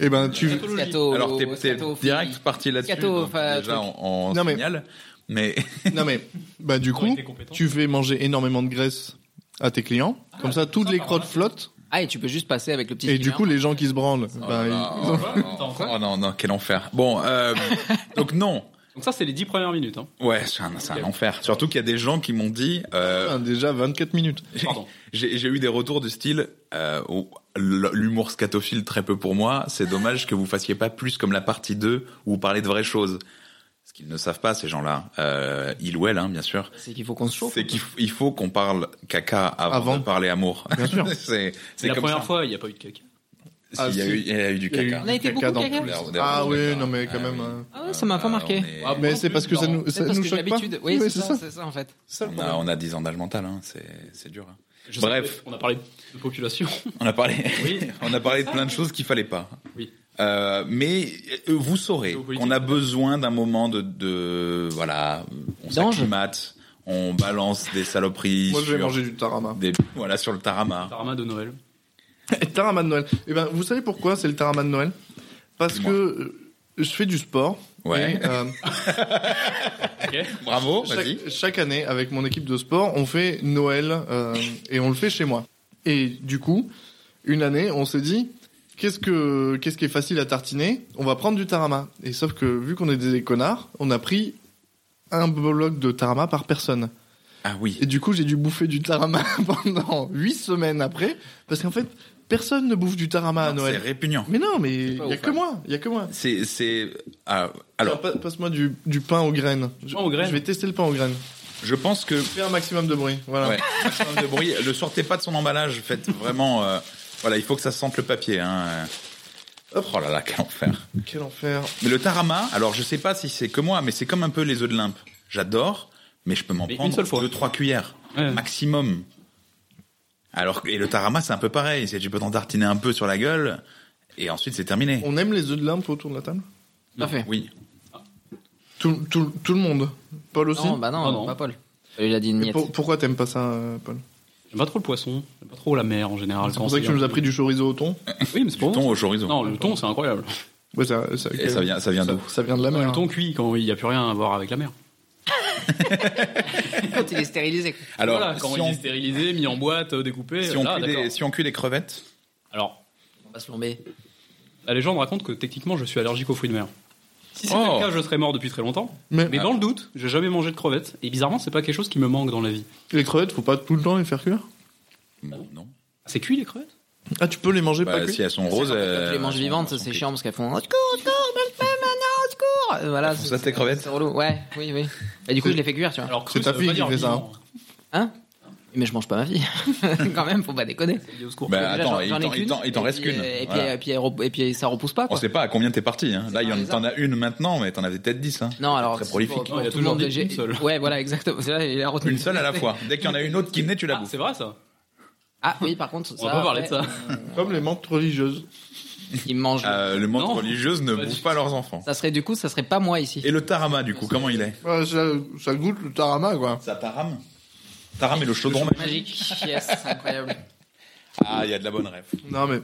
B: eh ben tu.
D: Scato-
C: Alors t'es, t'es
D: scatophilie.
C: direct parti là-dessus.
D: Scato,
C: donc,
D: enfin,
C: déjà
D: truc.
C: en,
B: Non, mais-
C: signal.
B: <laughs>
C: Mais oh
B: Non mais, bah du
A: Avec
B: coup,
A: les compétences.
B: tu fais manger énormément de graisse à tes clients. Comme ça, toutes les crottes flottent.
D: Ah, et tu peux juste passer avec le petit.
B: Et du
D: skimmer.
B: coup, les gens qui se branlent,
C: Oh
B: bah,
C: là
B: ils-
C: là,
B: ils
C: oh
B: ont-
C: là là.
A: Attends, quoi
C: Oh non, non, quel enfer. Bon,
B: <laughs>
C: euh, donc non.
A: Donc ça, c'est les 10 premières minutes. hein.
C: Ouais, c'est un, c'est un enfer. Surtout qu'il y a des gens qui m'ont dit, euh,
B: Ah, déjà 24 minutes.
A: Pardon.
C: j'ai j'ai eu des retours du style, euh, oh, l- l'humour scatophile très peu pour moi, c'est dommage que vous fassiez pas plus comme la partie 2 où vous parlez de vraies choses. Ce qu'ils ne savent pas, ces gens-là, euh, il ou elle, hein, bien sûr,
D: C'est qu'il faut qu'on se chauffe.
C: c'est qu'il f- il faut qu'on parle caca avant,
B: Avant.
C: de parler amour.
B: Bien sûr.
C: <laughs> c'est
A: C'est
C: c'est
A: la
C: comme
A: première
C: ça.
A: fois, il n'y a pas eu de caca.
C: S'il
B: Ah,
C: y a
B: si.
C: eu- il y a eu du
B: Il y a eu
C: caca.
D: On a été
B: caca
D: beaucoup
B: dans
D: caca.
B: tous les-
C: D'ailleurs,
B: Ah oui,
C: d'ailleurs,
B: non mais quand
C: ah
B: même.
C: oui.
B: euh,
D: Ah ouais, ça m'a pas
C: Euh,
D: marqué.
C: on est-
A: Ah,
B: Mais
A: moi
B: c'est
A: non
B: parce que
A: plus,
B: ça
A: non.
B: nous, ça
D: Peut-être parce
B: nous
D: que j'ai
B: choque pas.
D: l'habitude. Oui,
B: Ouais,
D: c'est ça, c'est ça en fait.
B: C'est ça le
C: On a,
B: problème.
C: on a 10 ans d'âge mental, hein, c'est c'est dur. hein.
A: Je
C: Bref.
A: sais, on a parlé de
B: <laughs>
A: population.
C: On a parlé,
A: Oui.
C: <laughs> on a parlé de plein de choses qu'il fallait pas.
A: Oui.
C: Euh, mais euh, vous saurez
A: Géopolitique.
C: qu'on a besoin d'un moment de, de voilà, on
D: D'ange.
C: s'acclimate, on balance des saloperies
B: Moi, je vais
C: sur
B: manger du tarama.
C: des voilà sur le tarama.
A: Tarama de Noël.
B: tarama de Noël. Eh ben, vous savez pourquoi c'est le tarama de Noël Parce que
C: Dis-moi.
B: euh, je fais du sport.
C: Ouais.
B: Et, euh,
C: Bravo, Oh, vas-y.
B: chaque, chaque année, avec mon équipe de sport, on fait Noël euh, et on le fait chez moi. Et du coup, une année, on s'est dit qu'est-ce que qu'est-ce qui est facile à tartiner On va prendre du tarama. Et sauf que vu qu'on est des connards, on a pris un bloc de tarama par personne.
C: Ah oui.
B: Et du coup, j'ai dû bouffer du tarama <laughs> pendant huit semaines après, parce qu'en fait, personne ne bouffe du tarama à
C: Non, C'est
B: Noël.
C: répugnant.
B: Mais non, mais il y
D: pas
B: a
D: ouf,
B: que
D: hein.
B: moi, il y a que moi.
C: C'est, c'est, ah,
B: Alors,
C: alors,
B: passe-moi du, du pain aux graines. Je,
A: Pain aux graines
B: je vais tester le pain aux graines.
C: je pense que
B: Fais un maximum de bruit. Voilà.
C: Ouais. maximum de bruit. Le sortez pas de son emballage. Faites vraiment. euh, voilà, il faut que ça sente le papier. Hein.
B: Hop.
C: Oh là là, quel enfer.
B: Quel enfer.
C: Mais le tarama, alors je sais pas si c'est que moi, mais c'est comme un peu les œufs de limpe. J'adore, mais je peux m'en
A: Mais une
C: prendre
A: seule fois.
C: deux, trois cuillères
A: Ouais.
C: maximum. Alors que- et le tarama, c'est un peu pareil. C'est tu peux t'en tartiner un peu sur la gueule et ensuite c'est terminé.
B: On aime les œufs de limpe autour de la table
D: Parfait.
C: Oui.
B: tout, tout, tout le monde. Paul aussi
D: Non, bah non,
A: Ah non.
D: pas Paul. Il a dit
B: Et
D: niet. <laughs>
B: pour- Pourquoi t'aimes pas ça, euh, Paul
A: J'aime pas trop le poisson, j'aime pas trop la mer en général.
B: C'est pour ça que tu nous as pris du chorizo au thon
A: Oui, mais c'est
C: Du
A: pour
C: thon au chorizo.
A: Non, le thon, c'est incroyable.
B: Ouais, ça, ça,
C: Et ça vient, ça vient
B: ça-
C: d'où
B: ça vient de la mer.
A: Le thon cuit quand il n'y a plus rien à voir avec la mer.
D: Quand il est stérilisé. quoi.
C: Alors,
A: voilà, quand
C: si,
A: il
C: on,
A: est stérilisé, mis en boîte, euh, découpé,
C: si
A: euh,
C: on
A: là,
C: cuit
A: d'accord.
C: des, si on cuit des crevettes,
A: Alors,
D: On va se plomber.
A: la légende raconte que techniquement, je suis allergique aux fruits de mer. Si c'était
C: Oh.
A: le cas, je serais mort depuis très longtemps.
B: Mais,
A: Mais dans le doute, j'ai jamais mangé de crevettes. Et bizarrement, c'est pas quelque chose qui me manque dans la vie.
B: les crevettes, faut pas tout le temps les faire cuire
A: Ah
C: non. non.
A: C'est cuit les crevettes
B: Ah, tu peux les manger
C: Bah,
B: pas cuites
C: si euh, elles sont roses,
D: Quand tu les manges vivantes, c'est chiant parce qu'elles font. Au secours, au secours, bonne femme, maintenant, au secours Euh, Voilà.
C: font
D: c'est-
C: ça, tes crevettes
D: C'est relou. Ouais, oui, oui. Et du coup, je les fais cuire, tu vois.
A: Alors, cru,
B: C'est ta
A: ça veut
B: fille
A: pas
B: qui
A: dire
B: fait ça,
A: vivant.
D: Hein Mais je mange pas ma vie. <laughs> Quand même, faut pas déconner.
A: Il est au secours. Ah,
C: Bah,
D: Déjà,
C: attends,
D: j'en-
C: il
D: j'en ai
C: t'en- il
D: qu'une,
C: t'en- il t'en
D: et
C: reste
D: puis,
C: qu'une.
D: euh, Et puis,
C: Voilà.
D: et puis, elle re- et puis, ça repousse pas,
C: On
D: quoi. Ah,
C: sait pas à combien t'es parti. Hein. Là, il y en- t'en as une maintenant, mais t'en avais peut-être 10.
D: <laughs>
C: Hein.
D: Non, alors.
C: Très
D: c'est
C: prolifique.
D: pour- pour
A: Non, il a
D: tout le
A: toujours
D: monde,
A: dit
D: j'ai-
A: une seule.
D: Ouais, voilà, exactement. C'est là, il a retenu.
C: Une seule à la fois. Dès qu'il y en a une autre qui venait, tu la
A: Ah,
C: bouffes.
A: c'est vrai ça
D: Ah oui, par contre, ça.
A: On va pas parler de
D: après,
A: ça.
B: Comme les menthes religieuses.
D: Ils mangent.
C: Euh, le monde
A: Non.
C: religieux ne
A: Pas du
C: bouffe
A: tout.
C: pas leurs enfants.
D: Ça serait du coup, ça serait pas moi ici.
C: Et le tarama, du coup, comment il est
B: Ouais, ça, ça goûte le tarama, quoi.
C: Ça tarame Tarame et le chaudron magique.
D: Magique, yes, c'est incroyable.
C: Ah, il y a de la bonne rêve.
B: Non, mais.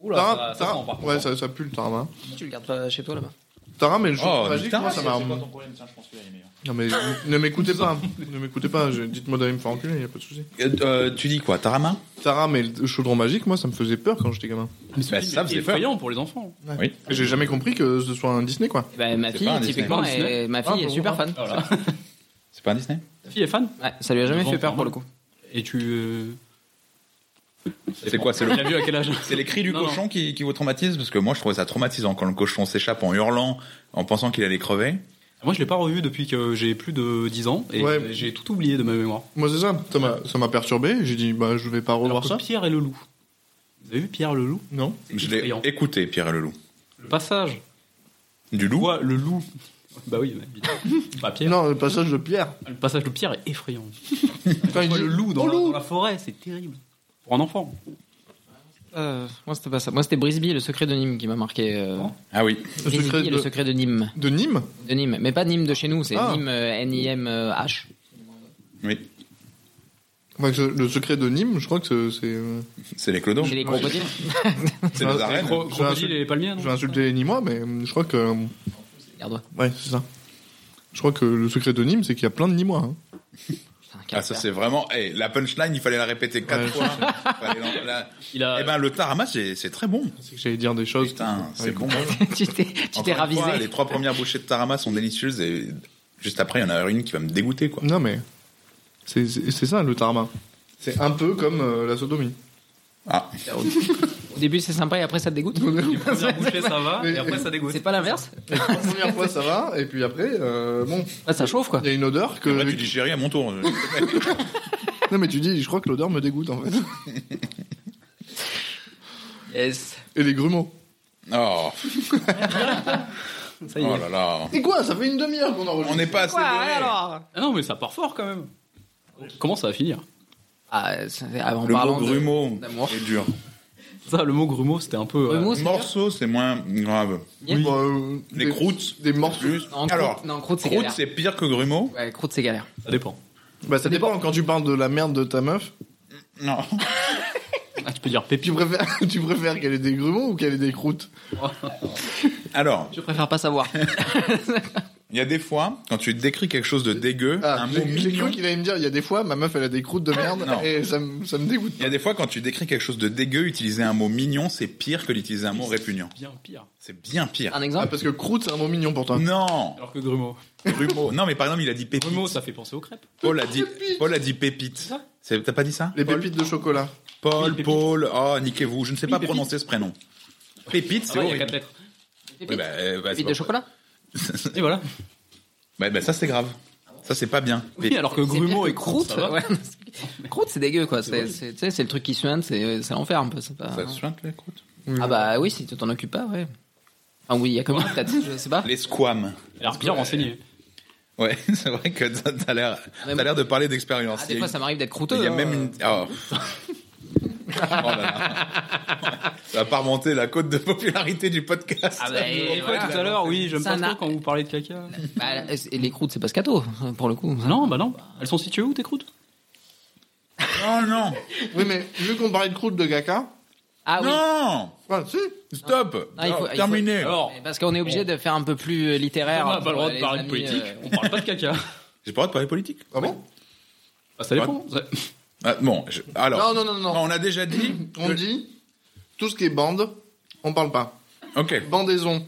A: Oula,
B: tarama,
A: ça- ça sent,
B: tarama-
A: par contre.
B: ouais, ça, ça pue le tarama.
D: Tu le gardes pas chez toi là-bas
B: Tarama et le
C: Oh,
B: chaudron magique,
C: putain,
B: moi, ça m'a.
C: problème Tiens, je pense que là, il est meilleur.
B: Non, mais ne m'écoutez pas. Ne m'écoutez pas. je- Dites-moi d'aller me faire enculer, y a pas de souci.
C: Euh, euh, tu dis quoi, tarama
B: Tarama et le chaudron magique, moi, ça me faisait peur quand j'étais gamin.
A: Mais ce
C: Bah,
A: film
C: ça
A: est
C: faisait peur.
A: effrayant pour les enfants.
C: Oui.
B: J'ai jamais compris que ce soit un Disney, quoi.
D: Bah, ma
C: C'est
D: fille,
C: pas un Disney.
D: typiquement,
A: Pas un Disney.
D: est, ma
B: Ah,
D: fille est
B: pour
D: super
B: moi.
D: fan.
A: Voilà.
C: C'est pas un Disney
A: Ta fille est fan
D: Ouais, ça lui a jamais
A: Bon,
D: fait peur
A: normal.
D: pour le coup.
A: Et tu. euh,
C: C'est quoi C'est
A: Tu
C: le.
A: l'as vu à quel âge
C: <laughs> C'est les cris du
A: Non,
C: cochon qui, qui vous traumatisent Parce que moi, je trouvais ça traumatisant quand le cochon s'échappe en hurlant, en pensant qu'il allait crever.
A: Moi, je l'ai pas revu depuis que j'ai plus de 10 ans et
B: Ouais.
A: j'ai tout oublié de ma mémoire.
B: Moi, c'est ça. Ça m'a- Ça m'a perturbé. J'ai dit, bah, je vais pas
A: Alors
B: revoir
A: que
B: ça.
A: Pierre et le loup. Vous avez vu Pierre le loup
B: Non.
C: Je l'ai
A: Effrayant.
C: écouté, Pierre et le loup.
A: Le passage.
C: Du
A: Tu
C: loup
A: vois, euh, le loup. Bah oui, bah, évidemment. pas Pierre.
B: Non, le passage de Pierre.
A: Le passage de Pierre est effrayant.
B: Quand
A: Tu vois, le loup dans,
B: Oh,
A: la,
B: loup
A: dans la forêt, c'est terrible. Pour un enfant.
D: Euh, moi, c'était pas ça. Moi, c'était Brisby, le secret de Nîmes, qui m'a marqué. euh,
C: Ah oui.
B: Le
D: Brisby,
B: secret
D: le
B: de,
D: secret de Nîmes.
B: de Nîmes
D: De Nîmes. Mais pas Nîmes de chez nous, c'est
B: Ah.
D: Nîmes, euh, N-I-M-H.
C: Oui.
B: Enfin, que Le secret de Nîmes, je crois que c'est- c'est. euh,
C: C'est les clodos.
D: Chez les crocodiles.
C: C'est les
B: C'est
C: arènes.
A: Cro-
B: je
A: Crocodile
B: insulte-
A: et palmiers, non
B: Je vais insulter les Nîmois, mais euh, je crois que. euh,
D: Regarde-toi.
B: Ouais, c'est ça. Je crois que le secret de Nîmes, c'est qu'il y a plein de Nîmois. hein.
D: Putain, quel
C: Ah, ça,
D: enfer.
C: c'est vraiment. Eh, la punchline, il fallait la répéter quatre
B: Ouais.
C: fois. Fallait l'en- la-
A: Il
D: Euh,
A: a.
C: Eh ben, le tarama, c'est c'est très bon.
B: C'est que j'allais dire des choses.
C: Putain, c'est
B: avec-
C: bon.
D: <laughs> tu t'es, tu
C: Encore
D: t'es
C: une
D: ravisé.
C: fois, les trois premières bouchées de tarama sont délicieuses et juste après, il y en a une qui va me dégoûter, quoi.
B: Non, mais. C'est c'est- c'est ça, le tarama. C'est un peu comme euh, la sodomie. <laughs>
C: Ah,
D: Au début, c'est sympa et après, ça te dégoûte.
A: les premières bouchées, ça va, et après, ça dégoûte.
D: C'est pas l'inverse
B: La première fois, ça va, et puis après, euh, bon,
D: Ah, Ça chauffe, quoi.
B: il y a une odeur
D: Euh,
B: que.
C: Après, Bah, tu dis chérie à mon
D: <laughs>
C: tour.
B: Non, mais tu dis, je crois que l'odeur me dégoûte, en fait.
D: Yes.
B: Et les grumeaux.
C: Oh,
A: Ça y est.
C: oh là là.
B: C'est quoi Ça fait une demi-heure qu'on enregistre.
C: On n'est pas assez.
D: Quoi,
C: doués.
D: alors
A: Ah non, mais ça part fort quand même. Comment ça va finir
D: Ah, c'est- ah, en
C: Le
D: parlant
C: mot
D: de-
C: grumeau
D: d'amour.
C: est dur.
A: Ça, le mot grumeau, c'était un peu. euh,
D: Grumeau, Oh, c'est-
C: Morceau, c'est moins grave.
B: Oui, bah, euh,
C: Les
B: des-
C: croûtes.
B: Des morceaux.
C: Plus.
D: Non, croûte-
C: Alors,
D: non, croûte, c'est
C: croûte,
D: galère.
C: c'est pire que grumeau.
D: Ouais, croûte, c'est galère.
A: Ça dépend.
B: Bah, ça dépend. Quand tu parles de la merde de ta meuf,
C: Non. <laughs>
A: Ah, tu peux dire
B: tu
A: pépite.
B: <laughs> préfères, tu préfères qu'elle ait des grumeaux ou qu'elle ait des croûtes
C: Alors,
D: Je préfère
C: <laughs>
D: pas savoir.
C: il y a des fois, quand tu décris quelque chose de dégueu,
B: Ah,
C: un mot
B: j'ai j'ai
C: mignon.
B: cru qu'il allait me dire, il y a des fois, ma meuf, elle a des croûtes de merde,
C: Non.
B: et ça, me- ça me dégoûte.
C: Il y a des fois, quand tu décris quelque chose de dégueu, utiliser un mot mignon, c'est pire que d'utiliser un mot répugnant.
A: Bien pire.
C: C'est bien pire.
D: Un
B: Ah,
D: exemple
B: parce que croûte, c'est un mot mignon pour toi.
C: Non
A: Alors que grumeau.
C: Grumeau. Non, mais par exemple, il a dit pépite.
A: Grumeau, ça fait penser aux crêpes.
C: Paul a dit,
B: Pépite.
C: Paul a dit
A: C'est
C: pépite.
A: ça
C: C'est- T'as pas dit ça
B: Les pépites de chocolat.
A: Oui,
C: Paul,
A: pépite.
C: Paul, oh, niquez-vous. Je ne sais
A: Oui,
C: pas
A: pépite.
C: prononcer ce prénom. Pépite,
A: Ah
C: c'est
A: ouais, il y a
C: horrible.
A: quatre lettres.
C: Oui, bah, euh, bah, c'est
D: Pépite
C: pas-
D: de chocolat
A: Et voilà.
C: Ouais, bah, ça, c'est grave. Ça, c'est pas bien.
A: Oui, alors que
D: C'est pire
A: grumeau
D: que
A: et croûte, ça va.
D: ouais. Croûte, c'est dégueu, quoi. C'est c'est- tu sais, c'est le truc qui suinte, c'est c'est l'enfer un peu. c'est Pas...
C: Ça suinte, les croûtes
D: Ah bah oui, si tu t'en occupes pas, ouais. Ah oui, il y a comme ça peut-être, je sais pas.
C: <laughs> Les squames.
A: Elle a l'air bien renseignée.
C: Ouais, <laughs> c'est vrai que t'as t'as l'air,
D: Mais
C: t'as l'air de parler d'expérience.
D: Ah,
C: Il y a
D: des fois,
C: une-
D: ça m'arrive d'être croûteux.
C: Il y a
D: hein.
C: même une. Oh. Oh là là. Ça va pas remonter la cote de popularité du podcast. <laughs>
D: Ah bah, et
A: Et
D: voilà.
A: tout à l'heure, oui, j'aime
D: Ça
A: pas
D: n'a-
A: trop quand vous parlez de caca.
D: Bah, là, et les croûtes, c'est pas scato, pour le coup.
A: Non, bah non. Elles sont situées où tes croûtes
C: Non, non,
B: Oui, mais vu qu'on parlait de croûte de caca,
D: Ah oui.
C: non,
B: ah, si,
C: stop,
D: Ah, il faut- il faut-
C: terminé.
A: Alors,
D: Mais Parce qu'on est obligé de faire un peu plus euh, littéraire.
A: on n'a pas Bah, le
D: pour,
A: droit
D: euh,
A: de
D: les
A: parler de
D: amis,
A: politique.
D: euh,
A: On parle pas de caca.
C: J'ai pas le droit de parler politique.
B: ah bon
A: Bah, ça dépend.
C: Ah, bon, je- alors,
B: Non, non, non, non.
C: on a
B: <coughs>
C: déjà dit.
B: On
C: que-
B: dit, tout ce qui est bande, on parle pas.
C: Ok,
B: Bandaison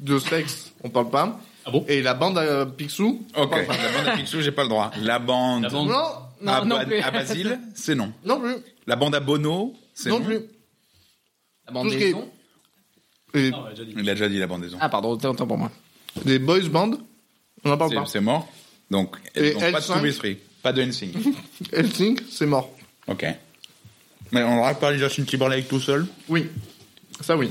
B: de sexe, on parle pas.
A: Ah bon
B: Et la bande à Picsou, on
C: ok.
B: parle pas.
C: La bande à Picsou, j'ai pas le droit. La bande,
A: La bande-
B: Non,
D: Non,
C: à,
D: non
C: Ba-
D: plus.
C: à Basile, c'est non.
B: non plus,
C: La bande à Bono, c'est non.
B: non plus.
D: la bande
B: Tout ce
D: des
B: qui est-
D: sons.
B: Et
A: Non, on l'a déjà dit.
C: Il a déjà dit la bande des ondes.
D: Ah pardon, autant autant pour moi.
B: les boys bandes, on en parle
C: C'est-
B: pas.
C: c'est mort. Donc,
B: Et
C: donc pas de
B: L5.
C: To Be Free, pas de NSYNC.
B: Helsing, c'est mort.
C: ok. Mais on aura parlé de Justin Timberlake tout seul.
B: Oui, ça oui.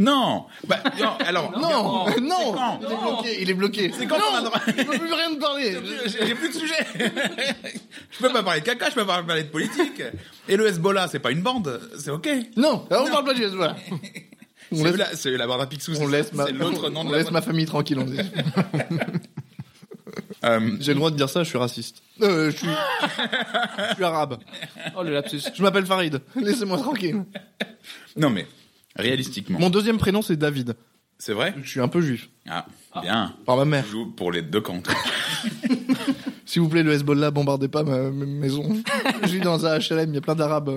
C: Non Bah, non, alors...
B: Non, non,
C: quand
B: il est bloqué, il est bloqué.
C: C'est quand on a droit-
B: Je peux plus rien de parler.
C: J'ai j'ai plus de sujet Je peux pas parler de caca, je peux pas parler de politique. Et le Hezbollah, c'est pas une bande, c'est ok.
B: Non, on parle pas de Jésus, voilà.
C: C'est
B: On laisse,
C: la, c'est la bande à Picsou,
B: on
C: <laughs> c'est-
B: laisse, ma,
C: c'est l'autre nom
B: on
C: de la
B: laisse ma famille tranquille, on
C: <laughs>
B: dit.
C: Euh,
B: J'ai le droit de dire ça, je suis raciste. Euh,
C: <laughs>
B: je suis, je suis arabe.
D: Oh le lapsus.
B: Je m'appelle Farid. <laughs> Laissez-moi tranquille.
C: Non mais, réalistiquement,
B: Mon deuxième prénom, c'est David.
C: c'est vrai
B: Je suis un peu juif.
C: Ah, bien.
B: Par ma mère.
C: Je joue pour les deux camps.
B: <laughs> S'il vous plaît, le Hezbollah, bombardez pas ma, ma maison. Je vis dans un HLM, il y a plein d'arabes.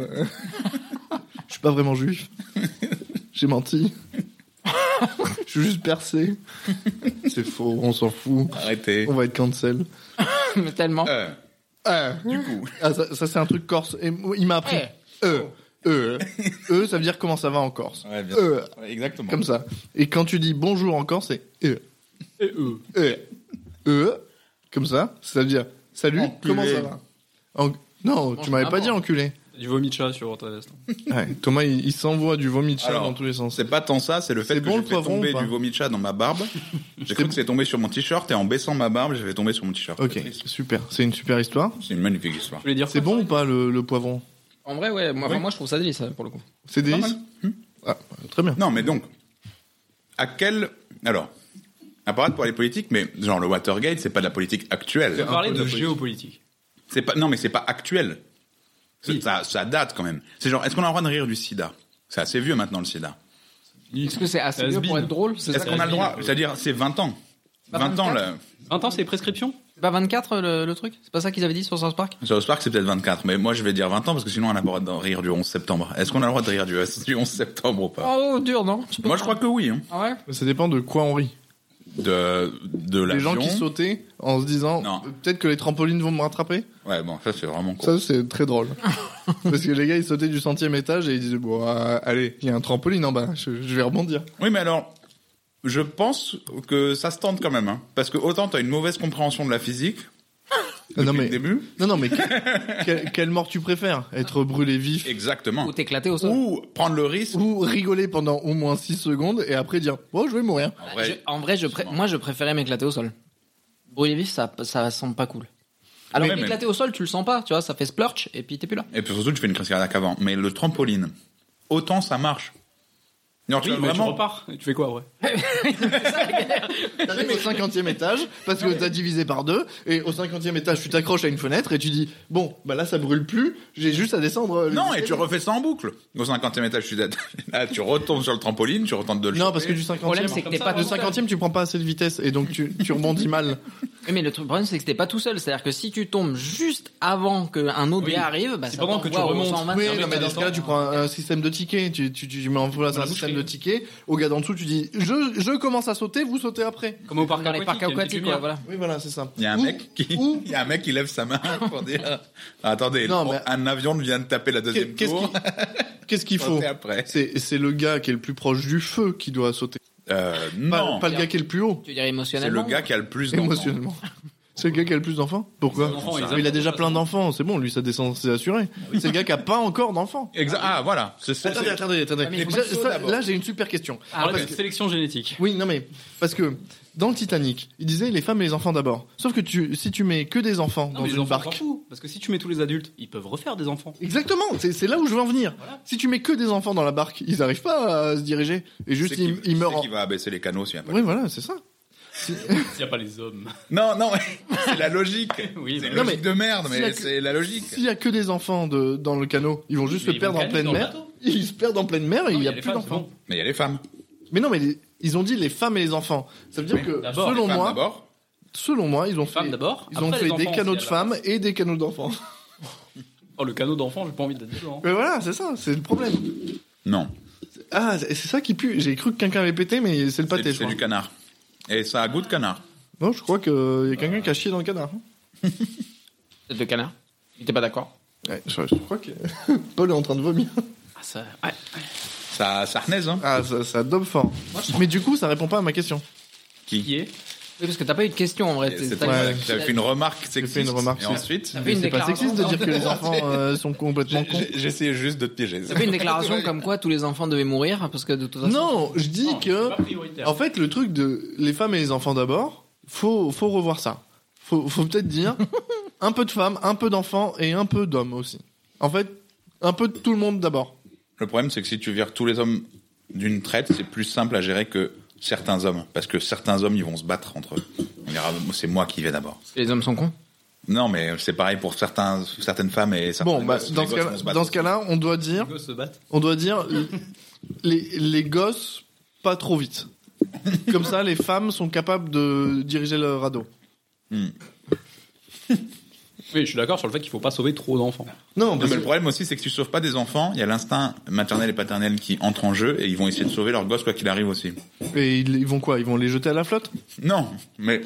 B: Je suis pas vraiment juif. J'ai menti. Je suis juste percé. C'est faux, on s'en fout.
C: Arrêtez.
B: On va être cancel.
D: <laughs> Mais tellement.
C: Euh,
B: Ah,
C: du coup,
B: Ah, ça, ça, c'est un truc corse. Et moi, il m'a appris.
D: Eh.
B: Euh, euh, euh, ça veut dire comment ça va en Corse.
C: ouais, bien
B: Euh,
C: sûr. Ouais, exactement.
B: comme ça. Et quand tu dis bonjour en Corse, c'est euh,
A: Et eux.
B: euh, euh, comme ça. Ça veut dire salut,
C: Enculé.
B: comment ça va En- Non,
D: Mange
B: tu m'avais pas
D: avant.
B: dit enculé.
A: T'as Du vomi de chat sur ta veste.
B: Ouais, Thomas, il, il s'envoie du vomi de chat
C: Alors,
B: dans tous les sens.
C: C'est pas tant ça, c'est le fait
B: C'est
C: que
B: bon,
C: j'ai
B: le
C: fait
B: poivron
C: tomber
B: ou pas
C: du vomi de chat dans
B: <laughs>
C: ma barbe. J'ai cru que c'est tombé sur mon t-shirt et en baissant ma barbe, j'ai fait tomber sur mon t-shirt.
B: Ok,
C: C'est triste.
B: super. C'est une super histoire.
C: C'est une magnifique histoire.
A: Je voulais dire
B: C'est
A: quoi,
B: bon ou pas le, le poivron
D: En vrai ouais, moi,
C: Oui.
D: enfin, moi je trouve ça délice ça, pour le coup.
B: C'est
C: Pas
B: délice
C: mal.
B: Ah, Très bien.
C: Non, mais donc, à quel. Alors, à part pour les politiques, mais genre le Watergate, c'est pas de la politique
A: Tu
C: actuelle.
A: vas parler
B: peu
A: de
B: de
A: géopolitique.
C: C'est pas, non, mais c'est pas actuel. C'est-
A: Oui.
C: Ça, ça date quand même. C'est genre, est-ce qu'on a le droit de rire du sida C'est assez vieux maintenant le sida.
D: Est-ce que c'est assez
A: Has
D: vieux pour
A: been.
D: être drôle C'est
C: Est-ce
D: ça
A: ça,
C: qu'on a le
A: c'est
C: droit
A: vieux.
C: C'est-à-dire, c'est 20 ans.
D: pas
C: 20 ans, le.
A: 20 ans, c'est prescription
D: C'est pas 24 le, le truc C'est pas ça qu'ils avaient dit sur South Park
C: Sur le Spark, c'est peut-être 24, mais moi je vais dire 20 ans parce que sinon on a le droit de rire du 11 septembre. Est-ce qu'on a le droit de rire du, du 11 septembre ou pas
D: Oh dur non Tu peux
C: Moi
D: pas-
C: je crois que oui. Hein.
D: Ah ouais
B: Ça dépend de quoi on rit.
C: De, de
B: Les
C: l'avion.
B: gens qui sautaient en se disant euh,
C: Non.
B: peut-être que les trampolines vont me rattraper.
C: Ouais, bon, ça c'est vraiment con.
B: Ça, c'est très drôle. <laughs> Parce que les gars, ils sautaient du centième étage et ils disaient, bon, euh, allez, il y a un trampoline en bas, je, je vais rebondir.
C: Oui, mais alors, je pense que ça se tente quand même. Hein, parce que autant t'as une mauvaise compréhension de la physique
B: Ah, non,
C: depuis
B: mais,
C: le début.
B: non, non, mais que-
C: <laughs>
B: quelle, quelle mort tu préfères Être brûlé vif
C: Exactement.
D: Ou t'éclater au sol
C: Ou prendre le risque.
B: ou rigoler pendant au moins 6 secondes et après dire, bon, je vais mourir.
C: En
D: Je-
C: vrai,
D: en vrai, je pré-
C: Sûrement.
D: moi, je préférais m'éclater au sol. Brûler vif, ça, ça sent pas cool. Alors,
C: Oui, mais-
D: m'éclater au sol, tu le sens pas, tu vois, ça fait splurch et puis t'es plus là.
C: Et puis surtout, tu fais une crise cardiaque avant. Mais le trampoline, autant ça marche. Non, tu
A: Oui,
C: vas
A: mais tu
C: vraiment.
A: repars. Et tu fais quoi, ouais
B: T'arrives au 50e étage
C: Ah
B: parce que t'as divisé par deux et au 50e étage tu t'accroches à une fenêtre et tu dis bon bah là ça brûle plus j'ai juste à descendre euh, le
C: Non, et tu
B: escalier.
C: refais ça en boucle. Au 50e étage, tu, <laughs> là, tu retombes sur le trampoline, tu retentes de le
B: non parce que du
D: problème,
B: 50e
D: c'est que
A: comme
D: t'es
A: ça,
D: pas
B: le
D: tout seul.
B: 50e tu prends pas assez de vitesse et donc tu, tu rebondis
D: <laughs>
B: mal
D: Oui, Mais le truc- le problème, c'est que t'es pas tout seul. C'est-à-dire que si tu tombes juste avant qu'un autre
A: Oui.
D: gars arrive, bah,
A: C'est
D: ça
A: pendant
D: t'envoie
A: que tu
D: au
A: remontes.
D: 120,
B: oui
A: non, mais
B: non, mais
A: t'as
B: dans
A: le
B: ce cas là
A: temps.
B: tu prends un,
D: euh,
B: un système de tickets tu, tu, tu, tu mets en place
A: Dans
B: un
A: la
B: système de
A: boucherie.
B: tickets au gars d'en dessous tu dis je, je commence à sauter vous sautez après
A: Comme au parc
D: Dans les parcs
A: aquatique, ah. il y a une petite
D: aquatiques, quoi,
A: lumière.
D: voilà.
B: oui voilà c'est ça
C: Il y a un
B: Ou-
C: mec qui,
B: ou-
C: <laughs> il y a un mec qui lève sa main pour dire, attendez,
B: Non,
C: on-
B: mais-
C: un avion vient de taper la deuxième
B: Qu'est-ce
C: tour.
B: <laughs> qu'est-ce qu'il faut
C: Sautez après.
B: c'est c'est le gars qui est le plus proche du feu qui doit sauter
C: Euh,
B: Pas-
C: non.
B: pas le gars qui est le plus haut
D: Tu dirais
C: C'est
D: émotionnellement.
C: le gars qui a le plus d'enfants.
B: émotionnellement. C'est le gars qui a le plus d'enfants Pourquoi
A: Les enfants, ils
B: Mais
A: aiment
B: Il a
A: ça.
B: déjà
A: Ah
B: plein d'enfants, c'est bon, lui sa descendance c'est assuré. C'est le gars qui a pas
A: <laughs>
B: encore d'enfants.
C: Exa- ah, voilà. C'est ça.
B: Attendez, attendez, attendez.
D: Ah, mais il faut
B: Là,
D: pas qu'il saute
B: ça-
D: d'abord.
B: là j'ai une super question.
A: Ah,
B: Parce
A: ouais,
B: que-
A: sélection génétique.
B: oui, non mais parce que dans le Titanic, il disait les femmes et les enfants d'abord. Sauf que tu, si tu mets que des enfants
A: Non,
B: dans
A: mais les
B: une
A: enfants, on s'en
B: barque.
A: fout, Parce que si tu mets tous les adultes, ils peuvent refaire des enfants.
B: Exactement, c'est c'est là où je veux en venir.
A: Voilà.
B: Si tu mets que des enfants dans la barque, ils arrivent pas à se diriger et juste
C: C'est qui-
B: ils,
C: qui
B: ils meurent.
C: c'est
B: en-
C: qui va abaisser les canaux s'il y a pas-
B: Oui, voilà, c'est ça.
A: <laughs> S'il n'y a pas les hommes.
C: Non, non, c'est la logique.
A: <laughs> Oui,
C: C'est
A: bah,
C: une
B: Non,
C: logique de merde,
B: s'il y a
C: mais
B: que-
C: c'est la logique.
B: S'il y a que des enfants de- dans le canot, ils vont juste
A: Mais
B: se
A: ils vont
B: perdre en
A: caler
B: pleine
A: dans le
B: mer.
A: bateau.
B: Ils se perdent en pleine mer et il n'y a,
A: les
B: plus
A: femmes,
B: d'enfants.
A: c'est
C: Mais il y a les femmes.
B: Mais non, mais les- ils ont dit les femmes et les enfants. Ça veut dire
C: Oui,
B: que
A: d'abord,
B: selon
C: Les femmes
B: moi,
C: d'abord.
B: selon moi, ils ont
A: Les femmes
B: fait,
A: d'abord.
B: ils
A: après
B: ont
A: les
B: fait des
A: enfants,
B: canots
A: s'il y
B: de
A: a la-
B: femmes et des canots d'enfants.
A: Oh, le canot d'enfant, j'ai pas envie d'être dedans. hein.
B: Mais voilà, c'est ça, c'est le problème.
C: Non.
B: Ah, c'est c'est ça qui pue. J'ai cru que quelqu'un avait pété, mais c'est le
C: C'est
B: pâté. Je
C: c'est
B: crois.
C: du canard. Et ça a goût de canard.
B: Non, je crois qu'il y a quelqu'un qui a chié dans le canard. hein.
D: C'est le canard. Il était pas d'accord.
B: Ouais, je, je crois que <laughs> Paul est en train de vomir.
A: Ah, ça. ouais.
C: Ça, ça renaise, hein.
B: Ah, ça, ça dope fort. Mais du coup, ça répond pas à ma question.
A: Qui est
D: Oui, parce que t'as pas eu de question en vrai.
C: C'est
D: t'as-
C: toi
B: ouais.
C: qui as fait une remarque sexiste.
B: fait une remarque
C: Et ensuite,
D: T'as fait
B: Mais
D: une
B: C'est pas
D: déclaration.
B: sexiste de dire <laughs> que les enfants euh, sont complètement cons.
C: j'ai- j'essayais juste de te piéger.
D: T'as fait une déclaration comme quoi tous les enfants devaient mourir parce que de toute façon.
B: Non, je dis
A: Non,
B: que Ah,
A: c'est pas prioritaire.
B: En fait, le truc de les femmes et les enfants d'abord, faut, faut revoir ça. Faut, faut peut-être dire un peu de femmes, un peu d'enfants et un peu d'hommes aussi. En fait, un peu de tout le monde d'abord.
C: Le problème, c'est que si tu vires tous les hommes d'une traite, c'est plus simple à gérer que certains hommes. Parce que certains hommes, ils vont se battre entre eux. On dira, c'est moi qui vais d'abord.
D: Les hommes sont cons.
C: Non, mais c'est pareil pour certains, certaines femmes et certains
B: Bon, bah,
C: gosses.
B: dans
C: Les
B: ce
C: gosses
B: cas-là,
C: vont se battre.
B: dans ce cas-là, on doit dire,
A: Les gosses se battent.
B: on doit dire les, les gosses pas trop vite. Comme ça, les femmes sont capables de diriger le radeau.
A: Oui, je suis d'accord sur le fait qu'il faut pas sauver trop d'enfants.
B: Non,
C: Non,
B: parce
C: mais
B: que-
C: le problème aussi, c'est que si tu sauves pas des enfants, il y a l'instinct maternel et paternel qui entre en jeu et ils vont essayer de sauver leur gosse quoi qu'il arrive aussi.
B: et ils, ils vont quoi Ils vont les jeter à la flotte
C: Non, mais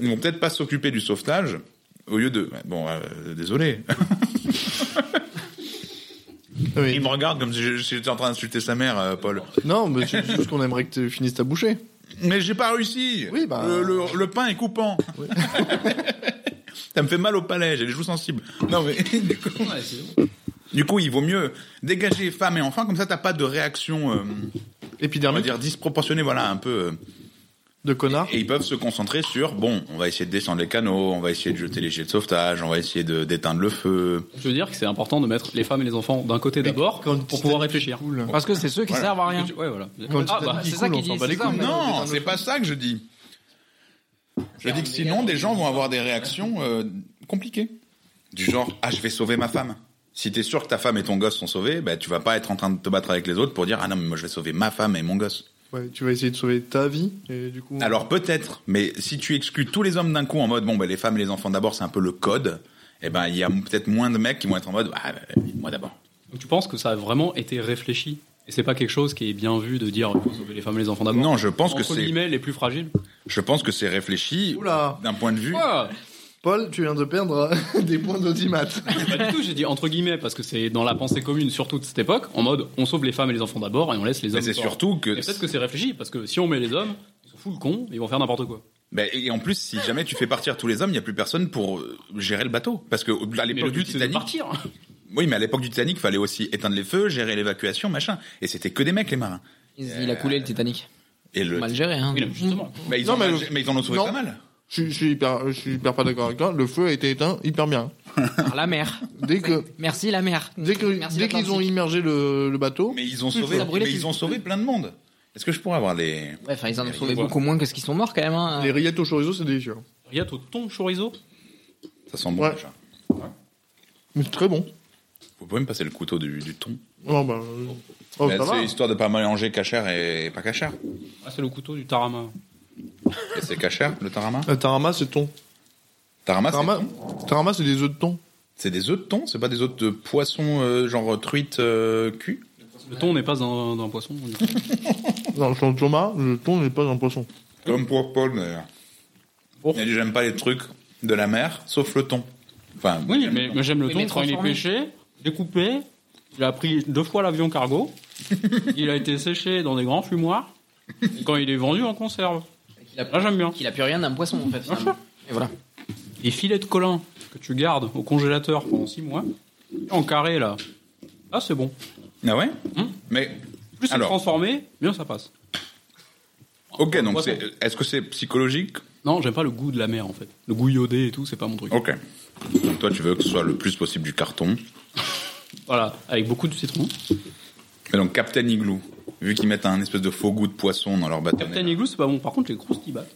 C: ils vont peut-être pas s'occuper du sauvetage au lieu de. Bon, euh, désolé.
B: Oui.
C: <laughs> Il me regarde comme si je- si j'étais en train d'insulter sa mère, euh, Paul.
B: Non, mais c'est juste qu'on aimerait que tu finisses ta bouchée.
C: Mais j'ai pas réussi.
B: Oui, bah.
C: le, le- le pain est coupant. <laughs> Ça me fait mal au palais, j'ai les joues sensibles. Non mais <laughs> du coup,
A: Ouais, c'est
C: du coup, il vaut mieux dégager femmes et enfants comme ça t'as pas de réaction, euh, on va
B: Épidermique
C: dire disproportionnée, voilà un peu. euh.
B: de connard.
C: Et ils peuvent se concentrer sur bon, on va essayer de descendre les canaux, on va essayer de jeter les jets de sauvetage, on va essayer de d'éteindre le feu.
A: Je veux dire que c'est important de mettre les femmes et les enfants d'un côté d'abord
B: quand le
A: pour pouvoir
B: Titanic
A: réfléchir.
B: coule.
D: Parce que c'est ceux qui
C: Voilà.
D: servent à rien.
A: Ouais, voilà.
B: Quand le
A: Ah, bah,
B: Titanic
D: c'est
B: coule,
D: ça
B: on
D: qu'il
B: s'en
D: dit,
B: bat les
D: c'est
B: couilles.
D: ça, mais-
C: Non, c'est pas ça que je dis. Je dis que sinon des gens vont avoir des réactions euh, compliquées, du genre ah je vais sauver ma femme. Si t'es sûr que ta femme et ton gosse sont sauvés, bah, tu vas pas être en train de te battre avec les autres pour dire ah non mais moi je vais sauver ma femme et mon gosse.
B: Ouais, tu vas essayer de sauver ta vie et du coup.
C: Alors peut-être, mais si tu exclus tous les hommes d'un coup en mode bon ben les femmes et les enfants d'abord c'est un peu le code, eh ben il y a peut-être moins de mecs qui vont être en mode ah ben, moi d'abord.
A: Donc, tu penses que ça a vraiment été réfléchi et c'est pas quelque chose qui est bien vu de dire faut sauver les femmes et les enfants d'abord.
C: Non, je pense que
A: Entre
C: c'est
A: guillemets, les plus fragiles.
C: je pense que c'est réfléchi
B: Oula,
C: d'un point de vue.
A: Quoi
B: Paul, tu viens de perdre <laughs> des points d'audimat.
A: Pas du tout, j'ai dit entre guillemets parce que c'est dans la pensée commune surtout de cette époque en mode on sauve les femmes et les enfants d'abord et on laisse les
C: Mais
A: hommes.
C: c'est
A: dehors.
C: surtout que
A: Et peut-être que c'est réfléchi parce que si on met les hommes, ils se foutent le con, ils vont faire n'importe quoi.
C: Ben, et en plus si jamais tu fais partir tous les hommes, il y a plus personne pour euh, gérer le bateau parce que au- à
A: Mais le
C: l'époque du
A: but c'est de
C: Titanic,
A: partir. <laughs>
C: oui mais à l'époque du Titanic, fallait aussi éteindre les feux, gérer l'évacuation, machin et c'était que des mecs les marins.
D: Il il a coulé le Titanic.
C: Et le
D: Mal géré, hein.
A: Oui, non, justement.
C: ben, ils
B: Non,
C: en
B: mais
C: ont-
B: Euh, le-
C: mais ils en ont sauvé
B: Non.
C: pas mal.
B: Je, suis- je suis hyper, je suis hyper pas d'accord avec toi. Le feu a été éteint hyper bien.
D: Par la mer.
B: Dès que,
D: Merci la mer.
B: dès que,
D: Merci
B: dès qu'ils ont
D: l'Atlantique.
B: immergé le, le bateau.
C: Mais ils ont sauvé,
D: Ça a brûlé
C: mais
D: tout.
C: ils ont sauvé plein de monde. Est-ce que je pourrais avoir les
D: Ouais, enfin, ils en ont trouvé
C: Voilà.
D: beaucoup moins que ce qu'ils sont morts quand même. hein.
B: Les rillettes au chorizo, c'est délicieux.
A: Regarde au thon chorizo.
C: Ça sent bon
B: Ouais.
C: déjà.
B: Mais c'est très bon.
C: Vous pouvez me passer le couteau du, du thon
B: Non, bah, euh, oh,
C: Bah,
B: ça va.
C: C'est histoire de pas mélanger cachère et pas cachère.
A: Ah, c'est le couteau du tarama.
C: Et c'est cachère le tarama.
B: Le tarama, c'est ton.
C: Tarama, Ah, c'est
B: Tarama,
C: thon
B: tarama, c'est des œufs de thon.
C: c'est des œufs de thon, c'est pas des œufs de poisson euh, genre truite euh, cul.
A: Le thon n'est pas un, d'un poisson.
B: Dans le Thomas, le thon n'est pas un poisson.
C: Comme pour Paul d'ailleurs.
A: Oh.
C: Il a dit j'aime pas les trucs de la mer, sauf le thon. Enfin,
A: Oui,
C: j'aime
A: mais,
C: le
A: mais j'aime le
D: Oui,
A: thon
D: mais
A: quand il est
D: transformé.
A: pêché, découpé. Il a pris deux fois l'avion
C: <laughs>
A: cargo. il a été séché dans des grands fumoirs. Et quand il est vendu en conserve.
D: Il a-
A: Là, j'aime bien.
D: Qu'il a plus rien d'un poisson en fait.
B: <laughs>
D: finalement. Et voilà.
A: Les filets de colin que tu gardes au congélateur pendant 6 mois, en carré là. Ah, c'est bon.
C: Ah ouais
A: Hum.
C: Mais
A: Plus c'est
C: Alors.
A: transformé, mieux ça passe.
C: ok, donc
A: Poisson.
C: c'est- est-ce que c'est psychologique
A: Non, j'aime pas le goût de la mer en fait. Le goût iodé et tout, c'est pas mon truc.
C: Ok. Donc toi tu veux que ce soit le plus possible du carton.
A: Voilà, avec beaucoup de citron.
C: Et donc Captain Igloo, vu qu'ils mettent un espèce de faux goût de poisson dans leur bâton.
A: Captain Igloo, c'est pas bon. Par contre, les croustilles battent.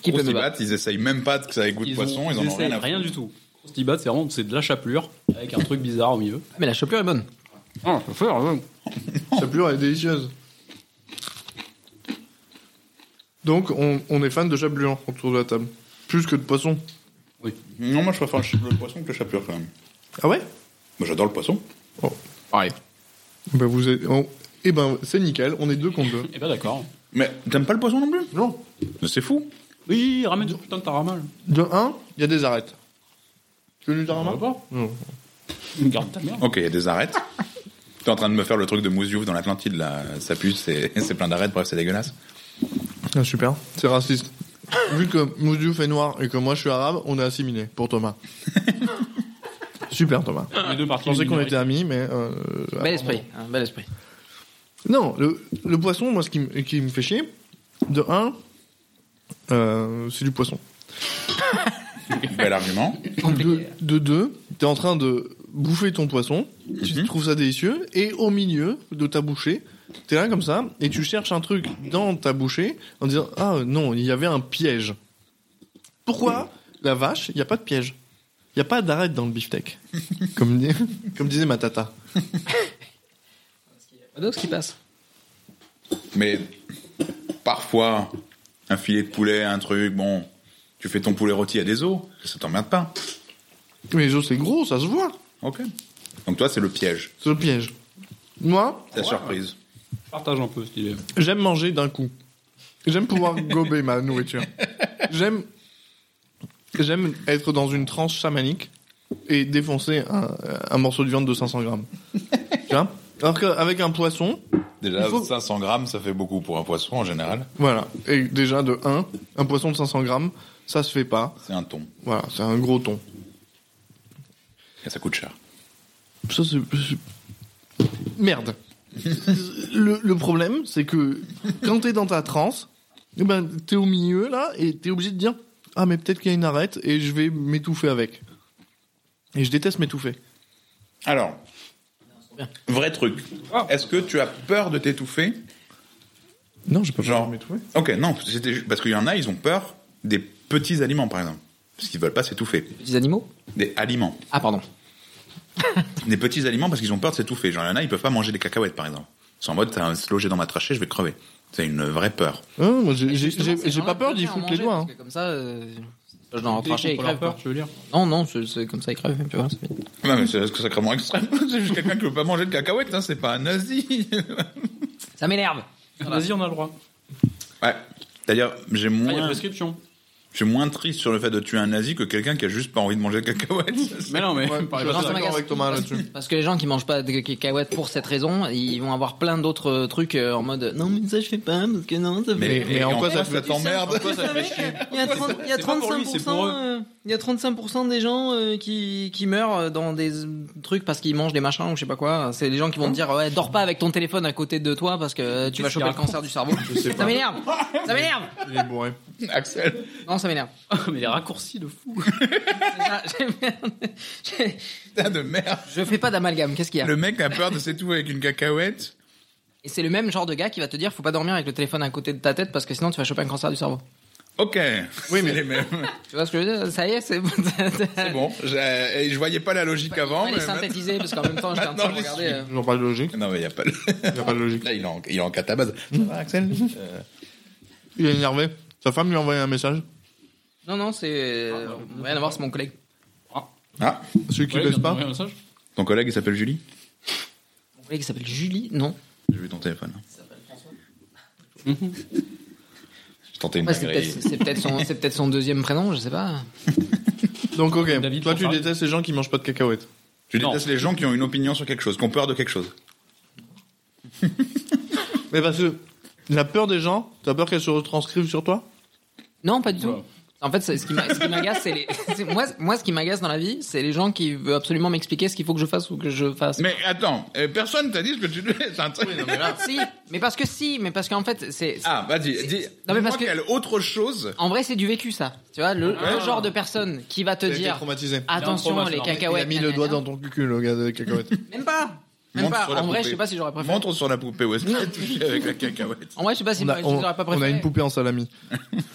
D: Qui peut me battre
C: ils essayent même pas que ça ait goût de poisson, ils en ont
A: essayent
C: rien à
A: du tout. Croustilles battent, c'est vraiment c'est de la chapelure avec un truc bizarre au milieu.
D: Mais la chopure est bonne.
A: Ah, ça fait rien.
B: Sa plure, elle est délicieuse. Donc, on, on est fan de chablure autour de la table. Plus que de poisson.
C: Non, moi je préfère le le poisson que le chapelure quand même.
B: Ah ouais
C: Moi j'adore le poisson.
D: Pareil.
B: Bah, vous êtes. on- Eh ben, c'est nickel, on est deux contre deux.
A: Eh ben d'accord.
C: Mais t'aimes pas le poisson non plus
B: Non.
C: Mais C'est fou.
A: Oui, ramène ce putain de tarama. là.
B: De un, il y a des arêtes. Tu veux du tarama
A: Ça va pas
B: Non.
A: Garde ta merde.
C: Ok, il y a des arêtes. T'es en train de me faire le truc de Mouziouf dans l'Atlantide là, ça pue, c'est <laughs> c'est plein d'arêtes, bref c'est dégueulasse.
B: Ah, super. C'est raciste. Vu que Moudiouf est noir et que moi je suis arabe, on est assimilé pour Thomas. <laughs> super Thomas.
A: Ah, Les deux parties.
B: Je pensais qu'on
A: minorités.
B: était amis, mais. euh,
D: Bel esprit. Un bel esprit.
B: Non, le, le poisson, moi, ce qui, me- qui me fait chier, de un, euh, c'est du poisson.
C: Bel argument.
B: De, de deux, t'es en train de bouffer ton poisson, tu
C: Mhm.
B: trouves ça délicieux, et au milieu de ta bouchée, t'es là comme ça, et tu cherches un truc dans ta bouchée en disant Ah non, il y avait un piège. Pourquoi la vache, il n'y a pas de piège Il n'y a pas d'arête dans le beefsteak, comme, dit- comme disait ma tata.
D: Pas d'autre qui passe.
C: Mais parfois, un filet de poulet, un truc, bon, tu fais ton poulet rôti à des os, ça t'emmerde pas.
B: Mais les os, c'est gros, ça se voit,
C: Ok. Donc toi c'est le piège,
B: c'est le piège. Moi,
C: c'est la surprise.
A: Partage un peu, stylé.
B: J'aime manger d'un coup. J'aime pouvoir gober ma nourriture. J'aime j'aime être dans une transe chamanique et défoncer un, un morceau de viande de 500 grammes. tu vois Alors qu'avec un poisson,
C: Déjà
B: Il faut-
C: 500 grammes ça fait beaucoup pour un poisson en général,
B: voilà. Et déjà de 1, un poisson de 500 grammes, ça se fait pas.
C: c'est un ton.
B: Voilà, c'est un gros ton.
C: Et ça coûte cher.
B: Ça, c'est. c'est- Merde. le, le problème, c'est que quand t'es dans ta transe, eh ben, t'es au milieu, là, et t'es obligé de dire Ah, mais peut-être qu'il y a une arête et je vais m'étouffer avec. Et je déteste m'étouffer.
C: Alors,
D: bien.
C: vrai truc.
B: Oh.
A: Ah.
C: Est-ce que tu as peur de t'étouffer
B: Non, j'ai pas
C: Genre m'étouffer Ok, non, c'était ju- parce qu'il y en a, ils ont peur des petits aliments par exemple, parce qu'ils veulent pas s'étouffer.
D: Petits animaux
C: Des aliments,
D: Ah, pardon.
C: des petits aliments parce qu'ils ont peur de s'étouffer. Genre il y en a, ils peuvent pas manger des cacahuètes par exemple. C'est en mode, ça va se loger dans ma trachée, je vais crever. C'est une vraie peur.
B: Ah, moi, j'ai-
D: Mais
B: j'ai
D: justement,
B: j'ai-
D: c'est
B: j'ai pas
D: vraiment
B: peur d'y
D: bien à
B: foutre les
D: manger,
B: doigts. hein.
D: parce que Comme ça, euh, je dois en trancher et
A: Dès qu'on peut leur
D: crève.
A: peur,
D: quoi.
A: tu veux dire.
D: Non, non, c'est c'est comme ça, il crève. Tu vois, c'est bien.
C: Non, mais c'est c'est sacrément extrême. <laughs> C'est juste quelqu'un qui veut pas manger de cacahuètes, hein, c'est pas un nazi. <laughs>
D: ça m'énerve.
A: Vas-y, on a le droit.
C: ouais. D'ailleurs, j'ai
A: Ah, il y a
C: moins.
A: prescription.
C: Je suis moins triste sur le fait de tuer un nazi que quelqu'un qui a juste pas envie de manger de cacahuètes.
A: Mais non, mais.
B: Ouais, pareil,
A: je-
B: je suis
D: Vincent <laughs>
B: d'accord
D: Magas.
B: avec Thomas là-dessus.
D: Parce que les gens qui mangent pas de cacahuètes pour cette raison, ils vont avoir plein d'autres euh, trucs euh, en mode non mais ça je fais pas parce que non ça fait-
B: Mais- mais en quoi ça-
C: ça
D: <laughs>
C: t'emmerde
D: Vous savez,
A: <laughs>
D: Il y a 30 il y a
A: C'est pas pour lui, c'est pour eux.
D: 35%, euh, il y a 35% des gens euh, qui, qui meurent euh, dans des trucs parce qu'ils mangent des machins ou je sais pas quoi. C'est les gens qui vont te dire ouais dors pas avec ton téléphone à côté de toi parce que euh, tu vas
A: Qu'est-ce
D: choper le
A: qu'il raconte
D: cancer du cerveau.
B: Je sais
D: Ça
B: pas.
D: m'énerve Ça m'énerve
B: Il est bourré.
C: <laughs> Axel.
D: Non ça m'énerve.
A: Oh, mais les raccourcis de fou.
D: C'est ça, <laughs> j'ai- j'ai-
C: Putain de merde.
D: Je fais pas d'amalgame, qu'est-ce qu'il y a
C: Le mec a peur de s'étouffer avec une cacahuète.
D: Et c'est le même genre de gars qui va te dire faut pas dormir avec le téléphone à côté de ta tête parce que sinon tu vas choper un cancer du cerveau.
C: Ok.
B: Oui, mais-
C: C'est les mêmes.
D: Tu vois ce que je veux dire Ça y est, c'est bon.
C: C'est
D: <laughs>
C: bon. Je, et je voyais pas la logique avant.
D: On
C: Mais
D: les synthétiser parce qu'en même temps j'étais en train
C: Maintenant,
D: de
C: j'y
D: regarder.
C: suis.
D: euh,
B: J'en parle de logique.
C: maintenant- Non, mais il a pas. le- <laughs>
B: Il y a pas de logique.
C: Là, il est en, il est en catabase. Ça va, Axel Euh,
B: Il est énervé. Sa femme lui a envoyé un message.
D: Non, non, c'est. euh, Rien à voir, c'est mon collègue.
C: Ah,
B: Celui qui
A: Ouais,
B: baisse
A: bien
B: pas.
A: entendu, un message.
C: ton collègue, il s'appelle Julie
D: Mon collègue qui s'appelle Julie Non.
C: J'ai vu ton téléphone.
A: Mhm.
C: <laughs> Je tentais une
D: Ouais, c'est
C: dinguerie.
D: peut-être c'est peut-être son, c'est peut-être son deuxième prénom, je sais pas.
B: Donc ok.
A: David,
B: Toi
A: pour
B: tu
A: parler.
B: détestes les gens qui mangent pas de cacahuètes.
C: Tu
A: Non.
C: détestes les gens qui ont une opinion sur quelque chose, qui ont peur de quelque chose.
B: Mais parce que la peur des gens, t'as peur qu'elle se retranscrive sur toi
D: Non, pas du tout.
A: Voilà.
D: En fait, c'est- ce qui m'a- ce qui m'agace, c'est les. <laughs> c'est- Moi, moi, ce qui m'agace dans la vie, c'est les gens qui veulent absolument m'expliquer ce qu'il faut que je fasse ou que je fasse.
C: Mais attends, euh, personne t'a dit ce que tu devais. C'est un truc.
D: Si, mais parce que si, mais parce qu'en fait, c'est. c'est-
C: Ah, vas-y, dis.
D: Non, mais
C: dis-moi
D: parce que-
C: quelle autre chose.
D: En vrai, c'est du vécu, ça. Tu vois,
B: Ah
D: le, le genre de personne qui va te
B: T'as été
D: dire Ah,
B: traumatisé.
A: Il a un
D: attention,
A: trauma,
D: les
A: ça.
B: Il a
D: cacahuètes.
B: mis le
D: nanana.
B: doigt dans ton cul, le gars des cacahuètes.
D: Même pas Même
C: Montre
D: pas.
C: sur la
D: En vrai,
C: poupée.
D: je sais pas si j'aurais préféré.
C: Montre sur la poupée où est-ce qu'elle est touchée avec la cacahuète.
D: En vrai, je sais pas si
B: on, a,
D: j'aurais
B: on-
D: pas
B: on
D: préféré.
B: a une poupée en salami.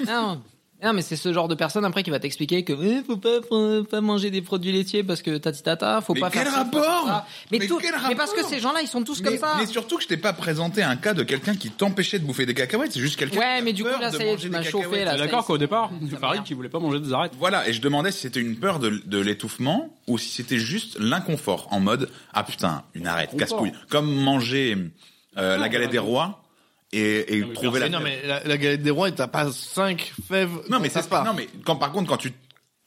D: Non, non mais c'est ce genre de personne après qui va t'expliquer que eh, faut pas, faut pas manger des produits laitiers parce que tati tata, faut
C: Mais
D: pas
C: quel
D: faire ça, faut
C: rapport
D: pas faire ça. mais,
C: Mais
D: tout,
C: quel
D: mais parce que
C: rapport
D: ces gens-là, ils sont tous
C: mais,
D: comme ça.
C: mais surtout que je t'ai pas présenté un cas de quelqu'un qui t'empêchait de bouffer des cacahuètes, c'est juste quelqu'un.
D: Ouais,
C: qui a
D: mais du coup,
C: peur
D: là,
C: de
D: ça y est,
C: manger
D: tu
C: des
D: m'as
C: cacahuètes.
D: chauffé, là.
A: T'es
D: ça y est,
A: d'accord qu'au
D: c'est-
A: départ,
D: ça m'énerve.
A: Farid qui voulait pas manger des arêtes.
C: Voilà, et je demandais si c'était une peur de, de l'étouffement ou si c'était juste l'inconfort en mode ah putain une arête casse
A: Confort.
C: couille comme manger euh, la galette des rois et, et
A: mais
C: trouver la
B: Ah, Mais non, mais la, la galette des rois, t'as pas 5 fèves.
C: non mais
B: t'as
C: c'est
B: pas.
C: non mais quand par contre quand tu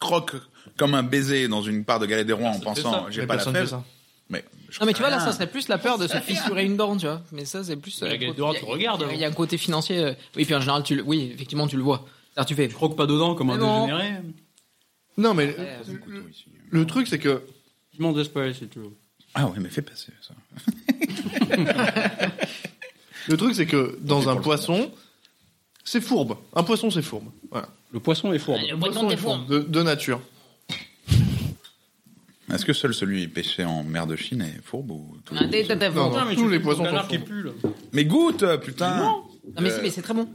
C: croques comme un baiser dans une part de galette des rois en
A: Personne fait
C: pensant
A: ça.
C: j'ai
B: Mais
C: pas la
B: personne fait
C: fève
B: ça.
C: mais je
D: Non mais tu vois là
A: Ah.
C: rien.
D: ça serait plus la peur de se fissurer une dent tu vois mais ça c'est plus
A: Mais la
D: euh,
A: galette de roi, tu
D: il y a-
A: regardes,
D: il y a un côté financier euh, oui puis en général tu le... oui effectivement tu le vois c'est-à-dire tu fais
A: Je croque pas dedans comme un
D: Mais non.
A: dégénéré.
B: Non, mais
D: Ouais,
B: le, le truc, c'est que.
A: Je m'en pas si tu veux.
C: ah ouais mais fais passer ça
B: Le truc, c'est que dans
C: pour
B: un
C: le
B: poisson, c'est fourbe. Un poisson, c'est fourbe. Voilà.
A: Le poisson est fourbe.
D: le
B: Un
D: poisson
B: est
D: t'es fourbe
B: De, de nature.
C: est-ce que seul celui pêché en mer de Chine est fourbe ou tout le
D: Ah,
C: monde
D: t'es- t'es- t'es
B: Non,
D: fourbe.
C: hein.
B: non, tous les poissons sont
A: canard qui
B: fourbes.
A: pue là.
C: mais goûte putain
D: non mais si mais c'est très bon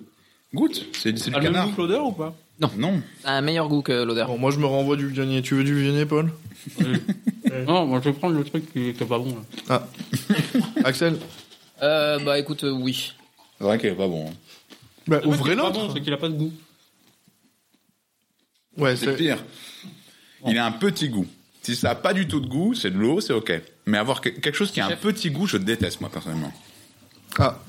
C: goûte c'est
A: T'as
C: c'est du
A: Ah, le même
C: canard
A: goût que l'odeur ou pas
C: non
D: ça a un meilleur goût que l'odeur
B: Bon, moi, je me renvoie du vionnier. Tu veux du vionnier, Paul
A: Non, moi je vais prendre le truc qui était pas bon là.
B: Ah. Axel
D: euh, bah écoute euh, oui
C: c'est vrai qu'il est pas bon hein.
B: bah,
A: Le truc
B: Ouvrez
A: qui est pas bon,
B: l'autre.
A: C'est qu'il a pas de goût.
B: Ouais,
C: C'est
B: c'est.
C: pire. Il a un petit goût. Si ça a pas du tout de goût, c'est de l'eau, c'est ok. Mais avoir que- quelque chose qui a un petit goût, je déteste moi personnellement.
B: Ah.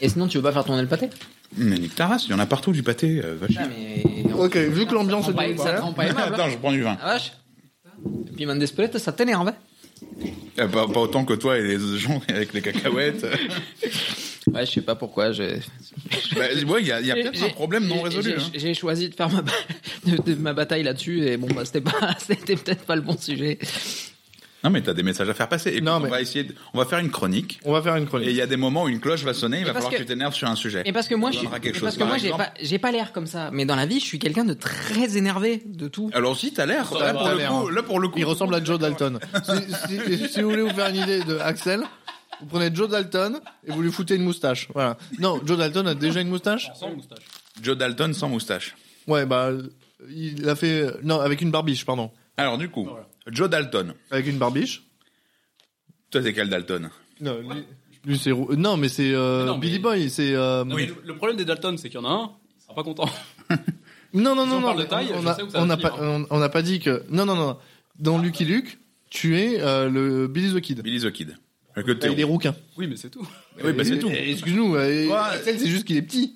D: et sinon tu veux pas faire tourner le pâté
C: Mais nique ta race, il y en a partout du pâté. euh, va chier.
D: Ah, mais...
B: Ok, vu que l'ambiance
D: Ça
B: est
D: te rend pas-
B: de
D: ça te rend pas
C: <laughs>
D: aimable.
C: Attends, je prends du vin.
D: Ah vache. Et puis Mendes Pellet, ça t'énerve. hein
C: Euh, Pas, pas autant que toi et les gens <laughs> avec les
D: <laughs>
C: cacahuètes.
D: Ouais, je sais pas pourquoi. J'ai
C: bah, ouais, il y a, il y a peut-être un problème non résolu.
D: J'ai
C: hein.
D: j'ai choisi de faire ma, ba- <laughs> de- de ma bataille là-dessus et bon, bah, c'était pas, <laughs> c'était peut-être pas le bon sujet.
C: Non, mais t'as des messages à faire passer. Écoute,
B: Non,
C: on
B: mais-
C: va essayer. de- On va faire une chronique.
B: On va faire une
C: Et il
B: chronique.
C: y a des moments où une cloche va sonner. Il va
D: parce
C: falloir que,
D: que-
C: tu t'énerves sur un sujet.
D: Et parce que moi,
C: Tu
D: je suis,
C: donnera quelque
D: et
C: chose,
D: parce que
C: par
D: moi, j'ai
C: exemple.
D: pas, j'ai pas l'air comme ça. Mais dans la vie, je suis quelqu'un de très énervé de tout.
C: Alors si t'as l'air. Là,
B: va,
C: pour
B: t'as
C: le
B: l'air,
C: coup-
B: hein.
C: là pour le coup.
B: Il ressemble à Joe Dalton. Si, si- si vous voulez vous faire une idée de Axel, vous prenez Joe Dalton et vous lui foutez une moustache. Voilà. Non, Joe Dalton a déjà une moustache
A: Sans moustache.
C: Joe Dalton sans moustache.
B: Ouais, bah, il a fait. Non, avec une barbiche, pardon.
C: Alors du coup, Joe Dalton.
B: Avec une barbiche.
C: Toi t'es quel Dalton
B: Non, lui, lui, c'est. rou- Non, mais c'est euh,
A: Mais Ah non, mais-
B: Billy Boy, c'est. euh,
A: Non, mais le- le problème des Dalton, c'est qu'il y en a un, il sera pas content. <laughs>
B: Non, non,
A: Si
B: non,
A: on
B: non.
A: parle de taille,
B: on
A: je
B: a-
A: sais où ça
B: on
A: va
B: n'a pas,
A: finir,
B: on, on n'a pas dit que. Non, non, non. Dans Lucky Luke, tu es euh, le Billy the Kid.
C: Billy the Kid. Avec le
B: Ah, il est
C: Théo.
B: rouquin.
A: Oui, mais c'est tout.
C: Oui, bah c'est
B: Et-
C: tout.
B: et- Excuse-nous. euh, et-
C: Ouais.
B: Axel, c'est juste qu'il est petit.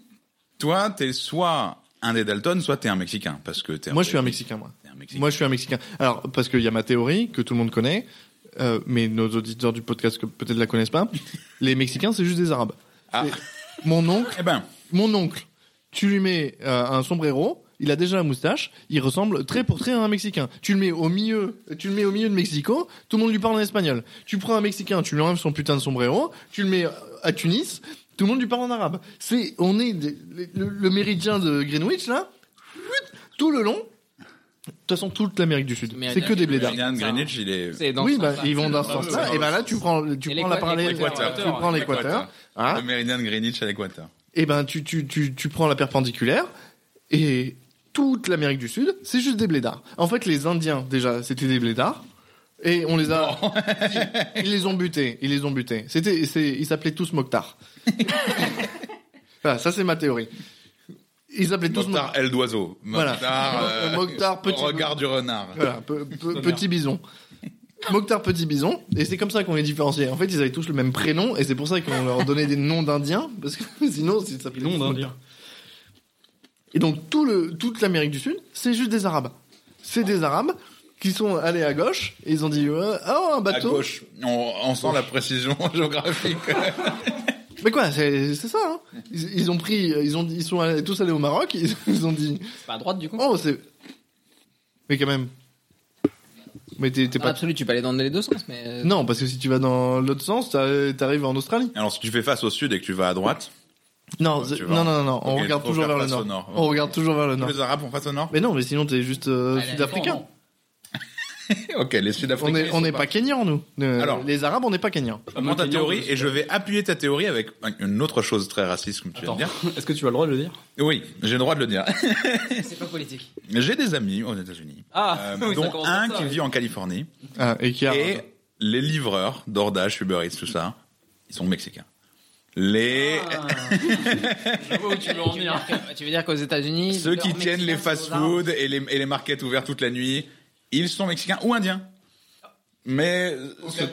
C: Toi, t'es soit un des Dalton, soit t'es un Mexicain. Parce que t'es
B: Moi, je suis un Mexicain, moi.
C: T'es un Mexicain.
B: Moi, je suis un Mexicain. Alors, parce qu'il y a ma théorie que tout le monde connaît, euh, mais nos auditeurs du podcast que peut-être la connaissent pas. les Mexicains, c'est juste des Arabes.
C: Ah.
B: Et Mon oncle,
C: Eh ben,
B: mon oncle, tu lui mets euh, un sombrero. Il a déjà la moustache, il ressemble très pour très à un Mexicain. Tu le mets au milieu, tu le mets au milieu de Mexico, tout le monde lui parle en espagnol. Tu prends un Mexicain, tu lui enlèves son putain de sombrero, tu le mets euh, à Tunis, tout le monde lui parle en arabe. C'est, on est des- le, le méridien de Greenwich là, tout le long. De toute façon, toute l'Amérique du Sud, c'est
D: Méridien
B: que des blédards.
C: Julian Greenwich, il est.
D: C'est dans
B: oui,
D: ce
B: bah,
D: sens-là.
B: ils vont dans ce
A: fameux,
B: sens-là.
A: ouais.
B: Et ben là, tu prends, tu prends
D: Ah Et
B: la
D: l'équateur,
B: parallèle, tu
D: l'équateur.
B: prends l'équateur, hein,
C: Le méridien de Greenwich à l'équateur.
B: et ben tu, tu, tu, tu prends la perpendiculaire et toute l'Amérique du Sud, c'est juste des blédards. En fait, les Indiens, déjà, c'était des blédards. Et on les a, <laughs> ils, ils les ont butés, ils les ont butés. C'était, c'est, ils s'appelaient tous Mokhtar. voilà, ça c'est ma théorie. Ils s'appelaient tous
C: Mokhtar, aile d'oiseau.
B: Voilà.
C: Mokhtar, euh,
B: Mokhtar, petit-
C: regard du renard.
B: Voilà, pe- pe- petit bison. Mokhtar Petit Bison, et c'est comme ça qu'on les différenciait. En fait, ils avaient tous le même prénom, et c'est pour ça qu'on leur donnait des noms d'Indiens, parce que sinon, s'ils s'appelaient
A: Non,
B: tous
A: d'un
B: Mokhtar.
A: dire.
B: Et donc, tout le, toute l'Amérique du Sud, c'est juste des Arabes. C'est des Arabes qui sont allés à gauche, et ils ont dit euh, Oh, un
C: À
B: bateau
C: gauche, on, on sent la précision <laughs> géographique.
B: Mais quoi, c'est c'est ça, hein ils, ils ont pris, ils, ont, ils sont allés- tous allés au Maroc, ils, <laughs> ils ont dit
D: C'est pas à droite du coup.
B: Oh, c'est. Mais quand même. Mais t'es t'es
D: Absolument,
B: pas.
D: tu peux aller dans les deux sens, mais. euh,
B: Non, parce que si tu vas dans l'autre sens, t'as- t'arrives en Australie.
C: Alors, si tu fais face au sud et que tu vas à droite,
B: Non,
C: Ouais,
B: c'est-
C: tu vois.
B: non, non, non, non, on
C: Ok,
B: regarde
C: faut
B: toujours
C: faire
B: vers le
C: face
B: nord.
C: au nord.
B: On regarde toujours vers le nord.
C: tous les Arabes font face au nord.
B: Mais non, mais sinon t'es juste euh,
D: Allez,
B: sud-africain.
C: ok, les
B: On
C: Sud-Africains.
B: est,
C: ils
B: on
C: sont
B: n'est pas kényan nous. Euh,
C: Alors.
B: les Arabes, on n'est pas kényan.
C: Je prends ta
A: Moi,
C: théorie
A: Kenyan,
C: et je vais appuyer ta théorie avec une autre chose très raciste, comme tu viens
A: Attends,
C: de dire.
A: est-ce que tu as le droit de le dire
C: Oui, j'ai le droit de le dire. <laughs>
D: C'est pas politique.
C: J'ai des amis aux États-Unis,
D: Ah,
A: <laughs>
C: euh,
D: oui, ça
C: dont
D: commence
C: un
D: comme ça,
C: qui
D: ouais.
C: vit en Californie,
B: Ah, et qui a.
C: et les livreurs, DoorDash, Uber Eats, tout ça, ils sont mexicains. Les
D: Ah,
A: Ah. Je vois où tu
C: <laughs>
A: veux en
D: Tu veux dire que- Tu veux dire qu'aux États-Unis.
C: ceux qui
D: leurs
C: tiennent les
D: Mexicains sont aux arbres.
C: fast-food et les, et les markets ouverts toute la nuit, ils sont mexicains ou indiens. Mais ce tr-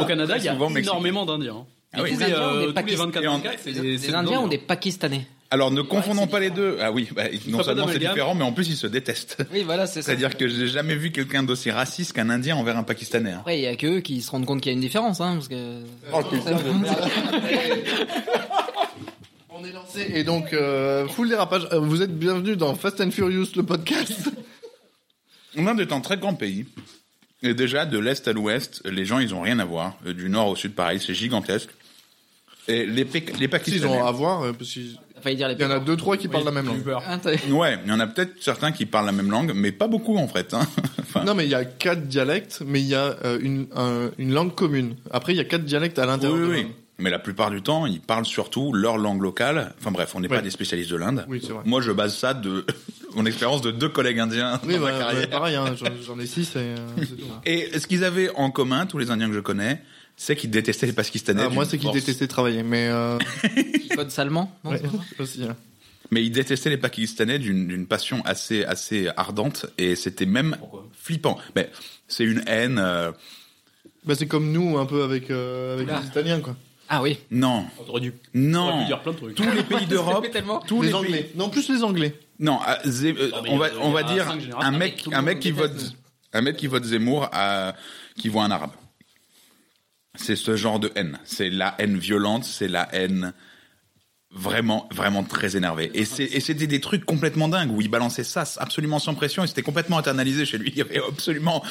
A: Au Canada, il y a
C: souvent mexicain.
A: énormément d'Indiens. hein.
C: Ah oui.
A: Tous les,
D: Des Indiens ou des
A: euh, tous les
D: Pakistan-
A: 24
C: Et en-
A: 24, c'est
D: Les,
A: c'est
D: Indiens ou
A: dingue.
D: des Pakistanais
C: alors ne confondons pas les deux. Ah oui, bah, non
A: pas
C: seulement c'est
A: d'amalgame.
C: différent, mais en plus ils se détestent. <laughs>
D: Oui, voilà, c'est ça.
C: C'est-à-dire que j'ai jamais vu quelqu'un d'aussi raciste qu'un Indien envers un Pakistanais. hein.
D: Après, il y a que eux qui se rendent compte qu'il y a une différence, hein, parce que.
B: Euh,
C: Oh, putain de merde.
B: On est lancé. Et donc, euh, full dérapage. Euh, Vous êtes bienvenue dans Fast and Furious, le
C: <laughs>
B: podcast.
C: L'Inde est un très grand pays. Et déjà, de l'Est à l'Ouest, les gens, ils ont rien à voir. Euh, Du Nord au Sud, pareil, c'est gigantesque. Et les, Pék- les
B: Ils
C: Pakistanais...
B: ont à voir. euh, parce qu'il
D: T'as failli dire les
B: il y en a deux, trois qui parlent la même langue.
A: Uber.
D: Ah, t'as-
B: <laughs>
C: Ouais, il y en a peut-être certains qui parlent la même langue, mais pas beaucoup, en fait. hein. <laughs> Enfin,
B: Non, mais il y a quatre dialectes, mais il y a euh, une, un- une langue commune. Après, il y a quatre dialectes à
C: oui,
B: l'intérieur.
C: oui,
B: de
C: oui.
B: l'Inde.
C: Mais la plupart du temps, ils parlent surtout leur langue locale. Enfin bref, on n'est
B: Ouais.
C: pas des spécialistes de l'Inde.
B: Oui, c'est vrai.
C: Moi, je base ça de <laughs> mon expérience de deux collègues indiens
B: Oui,
C: <laughs> dans ma
B: bah,
C: carrière.
B: bah, pareil, hein, j'en j'en ai six et
C: <laughs>
B: euh, c'est tout.
C: Et ce qu'ils avaient en commun, tous les Indiens que je connais, c'est qu'ils détestaient les Pakistanais.
B: Ah,
C: d'une
B: moi, c'est qu'ils
C: force.
B: détestaient travailler, mais
C: <laughs>
B: euh,
D: qui codent salement,
B: <laughs>
D: non
B: ouais,
D: c'est pas ça
B: aussi. hein.
C: Mais ils détestaient les Pakistanais d'une d'une passion assez assez ardente et c'était même
A: Pourquoi
C: flippant. Mais c'est une haine. euh,
B: Bah, c'est comme nous, un peu avec, euh, avec
D: Oula.
B: les Italiens, quoi.
D: Ah oui.
C: Non,
A: T'aurais dû, t'aurais pu
C: non.
A: dire plein de trucs.
C: Tous
A: <laughs>
C: les pays d'Europe,
D: C'est tellement-
C: tous
B: les,
C: les, pays.
B: Anglais. Non, plus les Anglais.
C: Non, à Zé- euh,
A: Non, mais
C: on va
A: il y a-
C: on va
A: il y a
C: dire
A: cinq
C: un
A: générations.
C: mec
D: Tout le
C: un
D: monde
C: mec qui vote
D: déteste.
C: un mec qui vote Zemmour à qui voit un arabe. C'est ce genre de haine. C'est la haine violente. C'est la haine vraiment vraiment très énervée. Et c'est et c'était des trucs complètement dingues où il balançait ça absolument sans pression et c'était complètement internalisé chez lui. Il y avait absolument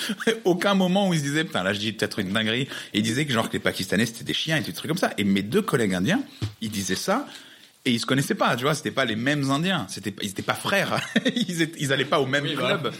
C: aucun moment où il se disait putain là je dis peut-être une dinguerie. Et il disait que genre que les Pakistanais c'était des chiens et des trucs comme ça. Et mes deux collègues indiens ils disaient ça. Et ils se connaissaient pas, tu vois, c'était pas les mêmes Indiens, c'était, ils étaient pas frères, <laughs> ils, étaient- ils allaient pas au même
A: Oui, voilà.
C: club,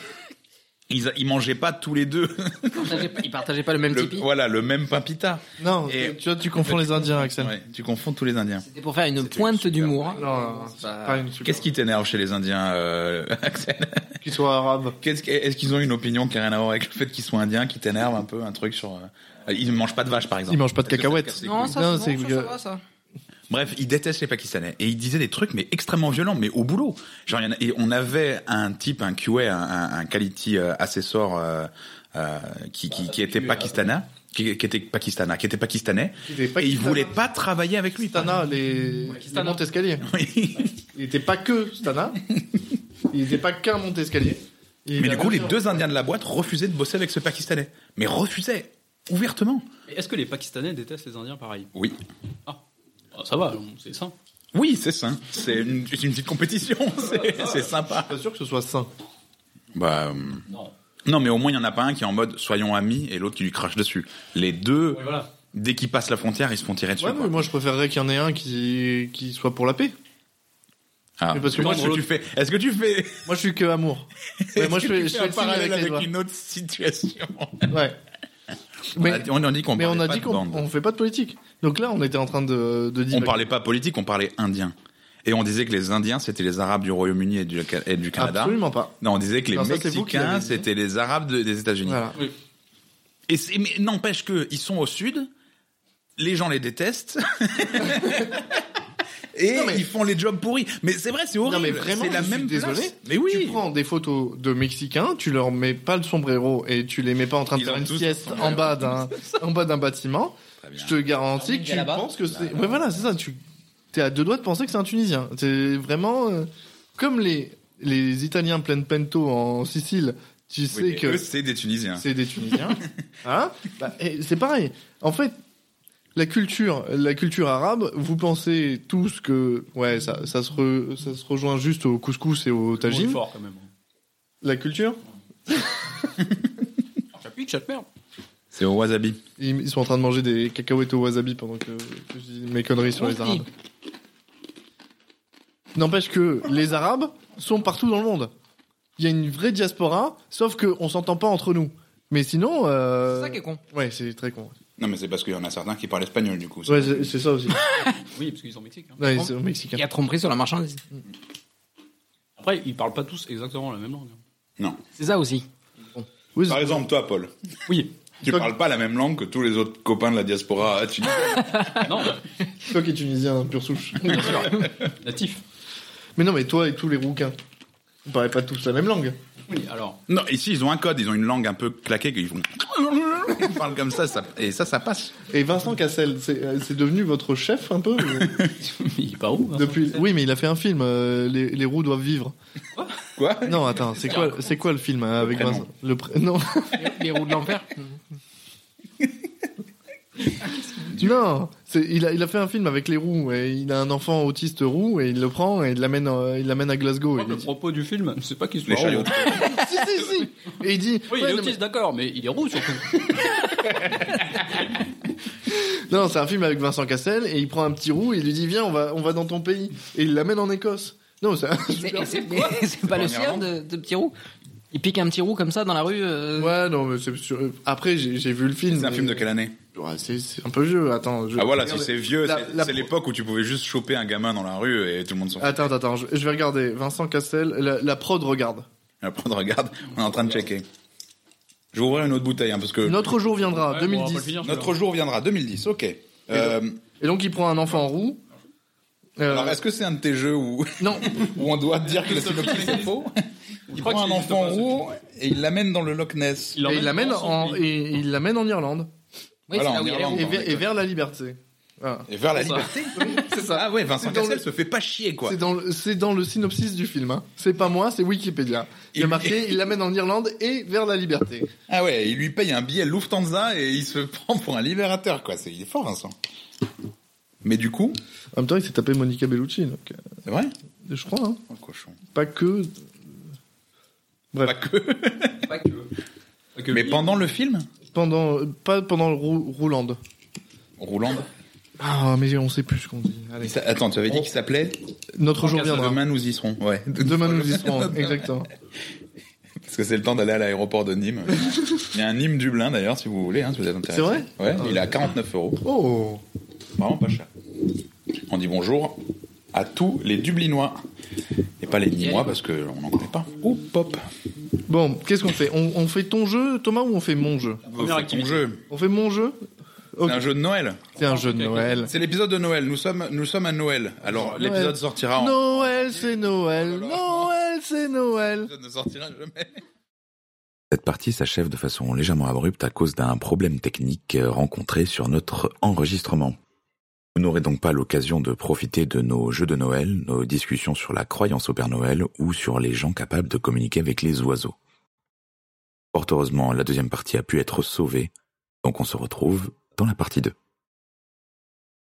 C: ils, ils mangeaient pas tous les deux,
D: Ils partageaient pas- Ils partageaient pas le même
C: le-
D: tipi.
C: voilà, le même pain pita.
B: Non,
C: Et-
B: tu, tu vois, tu confonds les Indiens, Axel.
C: Ouais, tu confonds tous les Indiens.
D: C'était pour faire une
C: C'était
D: pointe
C: super.
D: d'humour.
B: Non, non, non,
D: C'est
B: c'est
D: pas-
B: pas une super-
C: Qu'est-ce qui t'énerve chez les Indiens, euh, <laughs> Axel
B: qu'ils soient arabes
C: Qu'est-ce que- Est-ce qu'ils ont une opinion qui a rien à voir avec le fait qu'ils soient Indiens, qui t'énerve un peu, un truc sur... euh, Ils ne mangent pas de vache, par exemple.
B: Ils mangent pas de
C: Est-ce que ça te
B: cacahuètes.
C: casse les
D: Non,
C: couilles
D: ça,
B: Non,
D: c'est
B: c'est
D: bon,
B: que-
D: ça, ça va, ça.
C: Bref, ils détestent les Pakistanais et ils disaient des trucs mais extrêmement violents, mais au boulot. Genre, il y en a- et on avait un type, un QA, un, un- un quality euh, assessor euh, euh, qui, qui, qui était pakistanais, qui, qui était pakistanais, qui était pakistanais,
B: Ils
C: et il voulait pas travailler avec lui.
B: Stana, les, les
A: Stana.
B: montes escaliers.
C: <laughs> Oui.
B: Il était pas que Stana. Il n'était pas qu'à monter escalier. Il
C: Mais
B: a
C: du coup, les
B: réussi à-
C: deux Indiens de la boîte refusaient de bosser avec ce Pakistanais. Mais refusaient, ouvertement.
A: Est-ce que les Pakistanais détestent les Indiens pareil
C: Oui.
A: Ah, Ça va, c'est ça.
C: Oui, c'est ça. C'est une, c'est une petite compétition. <laughs> C'est- C'est sympa.
B: Pas sûr que ce soit sain.
C: Bah, euh,
A: Non.
C: non, mais au moins, il y en a pas un qui est en mode soyons amis et l'autre qui lui crache dessus. Les deux,
A: Ouais, voilà.
C: dès qu'ils passent la frontière, ils se font tirer dessus.
B: Ouais,
C: quoi.
B: mais moi je préférerais qu'il y en ait un qui, qui soit pour la paix.
C: Ah.
B: Mais parce que
C: Comment
B: moi,
C: est-ce que tu fais Est-ce que tu fais
B: Moi je suis que
C: <laughs>
B: amour. Mais moi je fais, je fais
C: un
B: le signe
C: parallèle
B: avec les
C: avec,
B: doigts.
C: une autre situation
B: Ouais.
C: mais,
B: <laughs> Mais-
C: On a dit qu'on
B: Mais on
C: parlait
B: a
C: pas
B: dit
C: de
B: qu'on
C: bande.
B: on fait pas de politique. Donc là on était en train de, de
C: On
B: dire.
C: parlait pas politique, on parlait indien. Et on disait que les Indiens, c'était les Arabes du Royaume-Uni et du, et du Canada.
B: Absolument pas.
C: Non, on disait que les
B: Non, ça, c'est vous qui
C: Mexicains,
B: l'avez dit.
C: c'était les Arabes de- des États-Unis.
B: Voilà.
C: Et c'est- mais n'empêche que ils sont au sud, les gens
B: <laughs>
C: les détestent. Et
B: Non, mais-
C: ils font les jobs pourris. Mais c'est vrai, c'est horrible.
B: Non, mais vraiment,
C: c'est la
B: je suis
C: même
B: désolé.
C: place. Mais oui.
B: Tu prends des photos de Mexicains, tu leur mets pas le sombrero et tu les mets pas en train de
C: Ils
B: faire
C: ont
B: une
C: tous
B: sieste
C: le
B: en bas
C: <laughs>
B: d'un en bas d'un bâtiment.
C: Très bien.
B: Je te garantis que
D: Là,
B: tu
D: là-bas.
B: penses que c'est. Ouais, voilà, c'est ça. Tu t'es à deux doigts de penser que c'est un Tunisien. C'est vraiment euh, comme les les Italiens plein pento en Sicile. Tu sais
C: Oui, mais
B: que
C: eux, c'est des Tunisiens.
B: c'est des
C: <laughs>
B: Tunisiens. hein Bah, et c'est pareil. En fait, la culture, la culture arabe, vous pensez tous que ouais, ça, ça, se, re- ça se rejoint juste au couscous et au
A: On est
B: tagine.
A: fort quand même.
B: La culture,
A: J'appuie, chat merde.
C: C'est au wasabi.
B: ils, ils sont en train de manger des cacahuètes au wasabi pendant que, que je dis mes conneries sur les Arabes. N'empêche que les Arabes sont partout dans le monde. Il y a une vraie diaspora, sauf qu'on s'entend pas entre nous. Mais sinon, euh...
D: C'est ça qui est con.
B: ouais, c'est très con.
C: Non, mais c'est parce qu'il y en a certains qui parlent espagnol, du coup.
B: Ouais, c'est c'est ça aussi.
A: Oui, parce qu'ils sont mexicains.
B: Ouais, c'est au Mexique.
D: Il y a tromperie sur la marchandise.
A: Après, ils parlent pas tous exactement la même langue. hein.
C: Non.
D: C'est ça aussi.
B: Oui,
C: Par exemple, toi, Paul,
A: Oui.
C: tu
B: Toi-
C: parles pas la même langue que tous les autres copains de la diaspora tunisienne.
A: non,
B: Toi qui es tunisien, hein, pure souche.
A: natif.
B: mais non, mais toi et tous les rouquins, vous parlez pas tous la même langue.
A: Oui, alors.
C: Non, ici, ils ont un code, ils ont une langue un peu claquée, qu'ils font. <laughs> Ils parlent comme ça, ça- et ça, ça passe.
B: Et Vincent Cassel, c'est euh, c'est devenu votre chef un peu ou-
A: <laughs> Il est pas où hein
B: depuis. Oui, mais il a fait un film, euh, les, les roues doivent vivre.
C: Quoi
B: Non, attends, c'est quoi, c'est quoi le film euh, avec
C: prénom.
B: Vincent Le pré- non,
D: Les roues de
B: <laughs>
D: l'enfer.
B: non, c'est- il a il a fait un film avec les roues et il a un enfant autiste roux et il le prend et il l'amène euh, il l'amène à Glasgow.
A: Je
B: Et
A: crois que Oh, Le
B: il dit,
A: propos du film, c'est pas qu'il soit
C: Les chariots.
A: roux.
B: <laughs> si si si. Et il dit
A: Oui, il est
B: ouais, non, mais-
A: autiste, d'accord, mais il est roux surtout.
B: Non, c'est un film avec Vincent Cassel et il prend un petit roux et il lui dit viens on va on va dans ton pays et il l'amène en Écosse. Non, ça.
D: C'est <laughs> c'est pas le sien de, de petit roux. Il pique un petit roux comme ça dans la rue.
B: <laughs>
D: euh,
B: Ouais, non, mais c'est sûr. Après, j'ai j'ai vu le film.
C: C'est un
B: mais-
C: film de quelle année
B: Ouais, c'est- C'est un peu vieux. Attends. je-
C: Ah voilà, si
B: Regardez.
C: c'est vieux,
B: La-
C: c'est-
B: la-
C: c'est l'époque où tu pouvais juste choper un gamin dans la rue et tout le monde s'en fout.
B: Attends, attends, attends, je, je vais regarder. Vincent Cassel, la, la prod regarde.
C: Après, on regarde, on est en train de checker. Je vais ouvrir une autre bouteille, hein, parce que
B: Notre jour viendra,
A: Ouais, Ah, bon, on va pas le
B: 2010.
A: finir,
C: notre
A: celui-là.
C: jour viendra, 2010, ok. Euh,
B: et donc il prend un enfant roux. Euh,
C: alors, est-ce que c'est un de tes jeux où, <laughs>
B: Non,
C: où on doit dire que le synopsis est faux Il
A: Je crois
C: prend un
A: qu'il existe
C: enfant
A: pas, ce
C: roux et il l'amène dans le Loch Ness.
B: et il l'amène
A: dans son
B: en,
A: pays.
B: et il l'amène en Irlande
D: Oui,
C: Voilà,
D: c'est là
C: en
D: où il est
C: Irlande.
D: roux.
B: et, Ah.
C: en
B: ver- et
C: Écosse.
B: vers la liberté. Voilà.
C: Et vers la
A: C'est ça.
C: liberté
B: <laughs> C'est ça.
C: Ah ouais, Vincent
B: Dans
C: Cassel
B: le-
C: se fait pas chier, quoi.
B: C'est dans, le- c'est dans le synopsis du film. hein. C'est pas moi, c'est Wikipédia. Il y a
C: Il-
B: marqué, il l'amène en Irlande et vers la liberté.
C: Ah ouais, il lui paye un billet Lufthansa et il se <laughs> prend pour un libérateur, quoi. C'est- Il est fort, Vincent. Mais du coup,
B: En même temps, il s'est tapé Monica Bellucci, donc, euh,
C: c'est vrai
B: je crois. hein.
C: Oh, le cochon.
B: Pas que.
C: Pas que.
A: Pas que. Pas que
C: Mais
A: lui.
C: pendant le film,
B: Pendant, euh, pas pendant le Rou- Roulande.
C: Roulande.
B: Ah, mais on sait plus ce qu'on dit. Allez.
C: Il s'a- Attends, tu avais dit qu'il s'appelait
B: Notre jour
A: Cassel,
B: viendra.
C: Demain nous y serons. Ouais.
B: Demain nous y serons, exactement.
C: Parce que c'est le temps d'aller à l'aéroport de
B: <laughs>
C: Nîmes. Il y a un Nîmes Dublin d'ailleurs, si vous voulez, hein, si vous êtes intéressé.
B: C'est vrai
C: Ouais,
B: Ah.
C: il est à 49 euros.
B: Oh
C: Vraiment pas cher. On dit bonjour à tous les Dublinois. Et pas les Nîmois parce qu'on n'en connaît pas. Oh, pop.
B: Bon, qu'est-ce qu'on fait on, on fait ton jeu, Thomas, ou on fait mon jeu
A: Première
C: Fais ton
A: activité.
C: jeu.
B: On fait mon jeu
C: C'est
B: Ok.
C: un jeu de Noël.
B: C'est un jeu de Noël.
C: C'est l'épisode de Noël. Nous sommes, nous sommes à Noël. Alors, l'épisode
B: Noël.
C: sortira en.
B: Noël, c'est Noël.
C: Oh là là.
B: Noël, c'est Noël.
C: L'épisode ne sortira jamais.
E: Cette partie s'achève de façon légèrement abrupte à cause d'un problème technique euh, rencontré sur notre enregistrement. Vous n'aurez donc pas l'occasion de profiter de nos jeux de Noël, nos discussions sur la croyance au Père Noël ou sur les gens capables de communiquer avec les oiseaux. Fort heureusement, la deuxième partie a pu être sauvée, donc on se retrouve dans la partie 2.